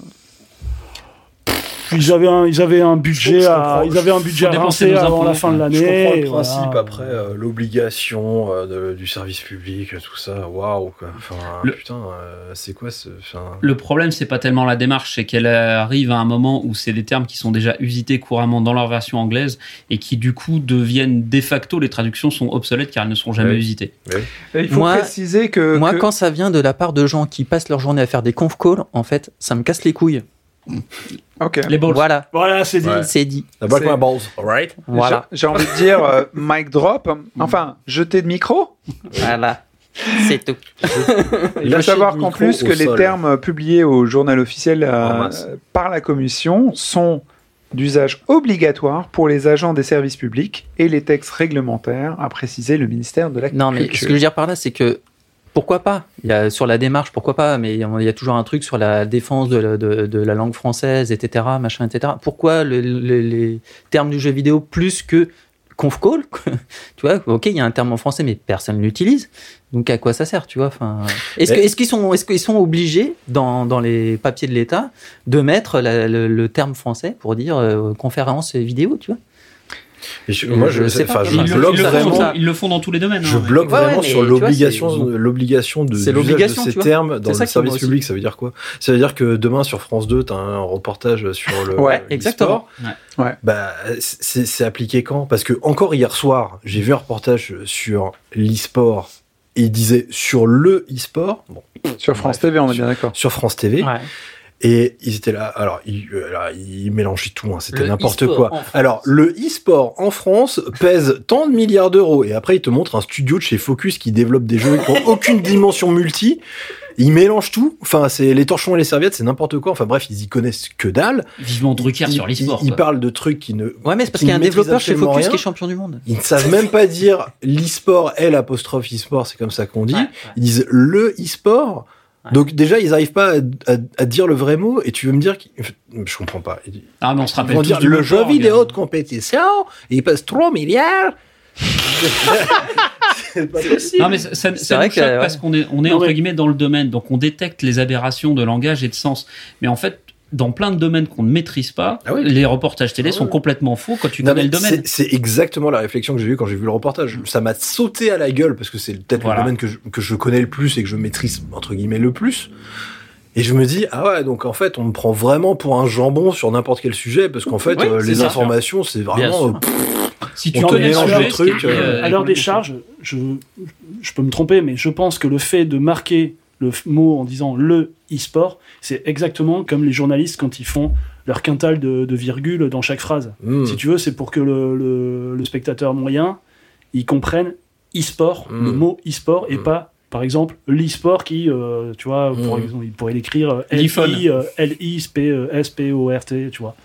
Ils avaient un, ils avaient un budget, à, ils avaient un budget à rincer avant la fin de l'année. Je comprends le et voilà. principe après euh, l'obligation euh, de- du service public, tout ça. Waouh, quoi. Enfin, Le- putain, euh, c'est quoi ce. enfin, Le problème, c'est pas tellement la démarche, c'est qu'elle euh, arrive à un moment où c'est des termes qui sont déjà usités couramment dans leur version anglaise et qui du coup deviennent de facto les traductions sont obsolètes car elles ne sont jamais Oui. usitées. Il faut préciser que. Moi, que- quand ça vient de la part de gens qui passent leur journée à faire des conf calls, en fait, ça me casse les couilles. Ok. Les balls. Voilà. Voilà, c'est dit. C'est dit. La balle C'est- comme un balls, alright Voilà. J'ai j'ai envie de dire euh, mic drop, enfin, jeter de micro. Voilà. C'est tout. Il faut savoir qu'en plus que les termes publiés au journal officiel euh, euh, par la commission sont d'usage obligatoire pour les agents des services publics et les textes réglementaires, a précisé le ministère de la Non, mais ce que je veux dire par là, c'est que pourquoi pas il y a, Sur la démarche, pourquoi pas Mais il y a- il y a toujours un truc sur la défense de la, de- de la langue française, etc. Machin, etc. Pourquoi le- le- les termes du jeu vidéo plus que conf call quoi Tu vois, ok, il y a un terme en français, mais personne ne l'utilise. Donc à quoi ça sert, tu vois enfin, Est-ce que- Mais- est-ce qu'ils sont, est qu'ils sont obligés, dans, dans les papiers de l'État, de mettre la- le, le terme français pour dire euh, conférence et vidéo, tu vois Et je- moi, je- enfin, je bloque le font, vraiment- dans- ils le font dans tous les domaines. Je hein, mais- bloque vraiment mais sur tu vois, l'obligation, c'est- l'obligation de, C'est l'usage l'obligation, de tu ces vois. termes C'est dans ça le qui service me motive. public. Ça veut dire quoi Ça veut dire que demain sur France 2, t'as un reportage sur le. Ouais, l'e-sport. exactement. Ouais. Ouais. Bah, c'est c'est appliqué quand Parce que encore hier soir, j'ai vu un reportage sur l'e-sport et il disait sur le e-sport. Bon, Sur France TV, on est bien d'accord. Sur France TV. Et ils étaient là. Alors, ils, euh, alors, ils mélangeaient tout. hein, C'était Le n'importe e-sport quoi. en France. Alors, le e-sport en France pèse tant de milliards d'euros. Et après, ils te montrent un studio de chez Focus qui développe des jeux qui n'ont aucune dimension multi. Ils mélangent tout. Enfin, c'est les torchons et les serviettes, c'est n'importe quoi. Enfin, bref, ils y connaissent que dalle. Vivement Drucker Ils- sur l'e-sport, Ils, ils quoi. parlent de trucs qui ne. Ouais, mais c'est parce qui qu'il y a un ne maîtrisent développeur chez absolument Focus rien. qui est champion du monde. Ils ne savent même pas dire l'e-sport est l'apostrophe e-sport, c'est comme ça qu'on dit. Ils disent le e-sport. Donc déjà, ils n'arrivent pas à, à- à dire le vrai mot. Et tu veux me dire qu'ils- Je comprends pas. Ils Ah, mais on se rappelle vont tous dire du le même jeu port, vidéo de compétition, il pèse 3 milliards. Non, mais ça, ça- C'est ça vrai nous que, choque ouais. parce qu'on est, on est entre guillemets dans le domaine, donc on détecte les aberrations de langage et de sens. Mais en fait, dans plein de domaines qu'on ne maîtrise pas, les reportages télé sont complètement faux quand tu Non, connais mais le domaine. c'est- C'est exactement la réflexion que j'ai eue quand j'ai vu le reportage. Ça m'a sauté à la gueule parce que c'est peut-être Voilà. le domaine que je, que je connais le plus et que je maîtrise entre guillemets le plus. Et je me dis ah ouais donc en fait on me prend vraiment pour un jambon sur n'importe quel sujet parce qu'en fait Oui, euh, c'est les ça. informations c'est vraiment sûr. euh, pff, si on te mélange le truc, truc. euh, à l'heure des charges, je, je peux me tromper, mais je pense que le fait de marquer le f- mot en disant le e-sport, c'est exactement comme les journalistes quand ils font leur quintal de, de virgule dans chaque phrase. Mm. Si tu veux, c'est pour que le, le- le spectateur moyen, il comprenne e-sport, le mot e-sport, et pas, par exemple, l'e-sport qui, euh, tu vois, pour exemple, il pourrait l'écrire L'iPhone. L-I, euh, L-I-S-P-O-R-T, tu vois.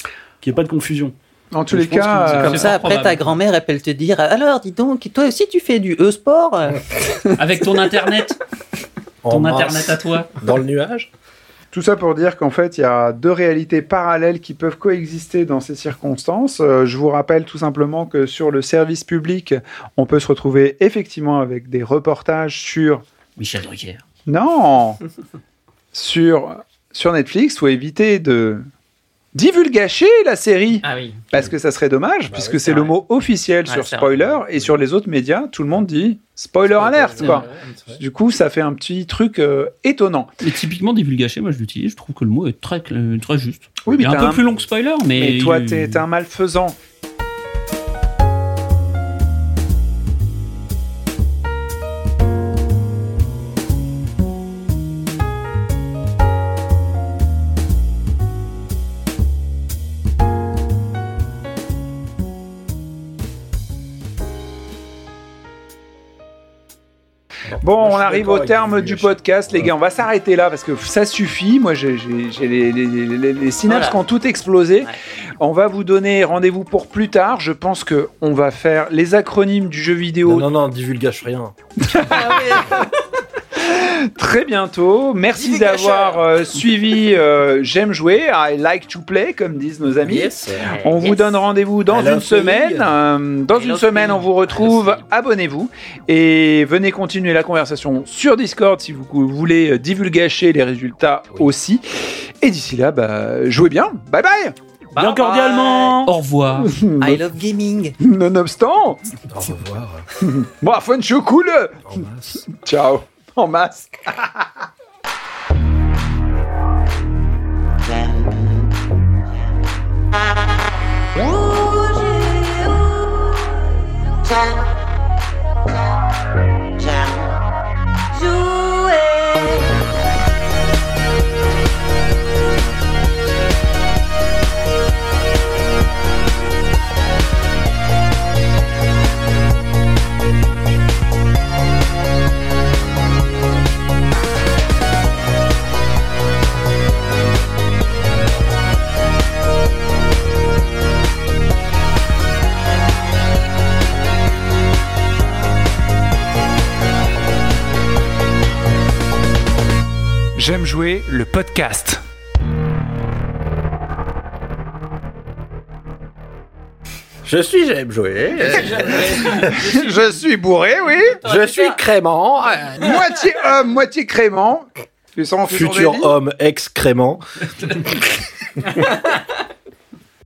Qu'il n'y ait pas de confusion. En tous les cas, euh, comme ça, après, ta grand-mère, elle peut te dire Alors, dis donc, toi aussi, tu fais du e-sport Avec ton internet Oh, Ton internet à toi. Dans le nuage Tout ça pour dire qu'en fait, il y a deux réalités parallèles qui peuvent coexister dans ces circonstances. Euh, je vous rappelle tout simplement que sur le service public, on peut se retrouver effectivement avec des reportages sur... Michel Drucker. Non sur, sur Netflix, faut éviter de divulgacher la série. Parce que ça serait dommage, puisque Bah c'est le mot officiel Ah. Ouais, sur c'est spoiler, et sur les autres médias, tout le monde dit spoiler alert. Quoi. Du coup, ça fait un petit truc euh, étonnant. Mais typiquement divulgaché, moi je l'utilise, je trouve que le mot est très, cl- euh, très juste. Oui, mais Il est un t'as peu un- plus long que spoiler, mais. Mais toi, il- t'es t'es un malfaisant. Bon, on arrive au terme du podcast, les gars. On va s'arrêter là parce que ça suffit. Moi, j'ai j'ai- j'ai les, les- les- les- les Voilà. synapses qui ont tout explosé. Ah On va vous donner rendez-vous pour plus tard. Je pense que on va faire les acronymes du jeu vidéo. Non, non, non divulgage rien. Très bientôt. Merci d'avoir euh, suivi euh, J'aime jouer, I like to play, comme disent nos amis. Yes. On vous Yes. donne rendez-vous dans I love une semaine. you. Euh, dans I une love semaine, you. on vous retrouve. Abonnez-vous et venez continuer la conversation sur Discord si vous cou- voulez euh, divulgacher les résultats aussi. Et d'ici là, bah, jouez bien. Bye bye. Bien cordialement. Au revoir. I love gaming. Nonobstant. Au revoir. euh, Bon, fun show cool. Ciao. En masse. J'aime jouer le podcast. Je suis j'aime jouer. Je suis bourré, oui. Je suis crément. moitié homme, moitié crément. Ils sont Futur homme excrément.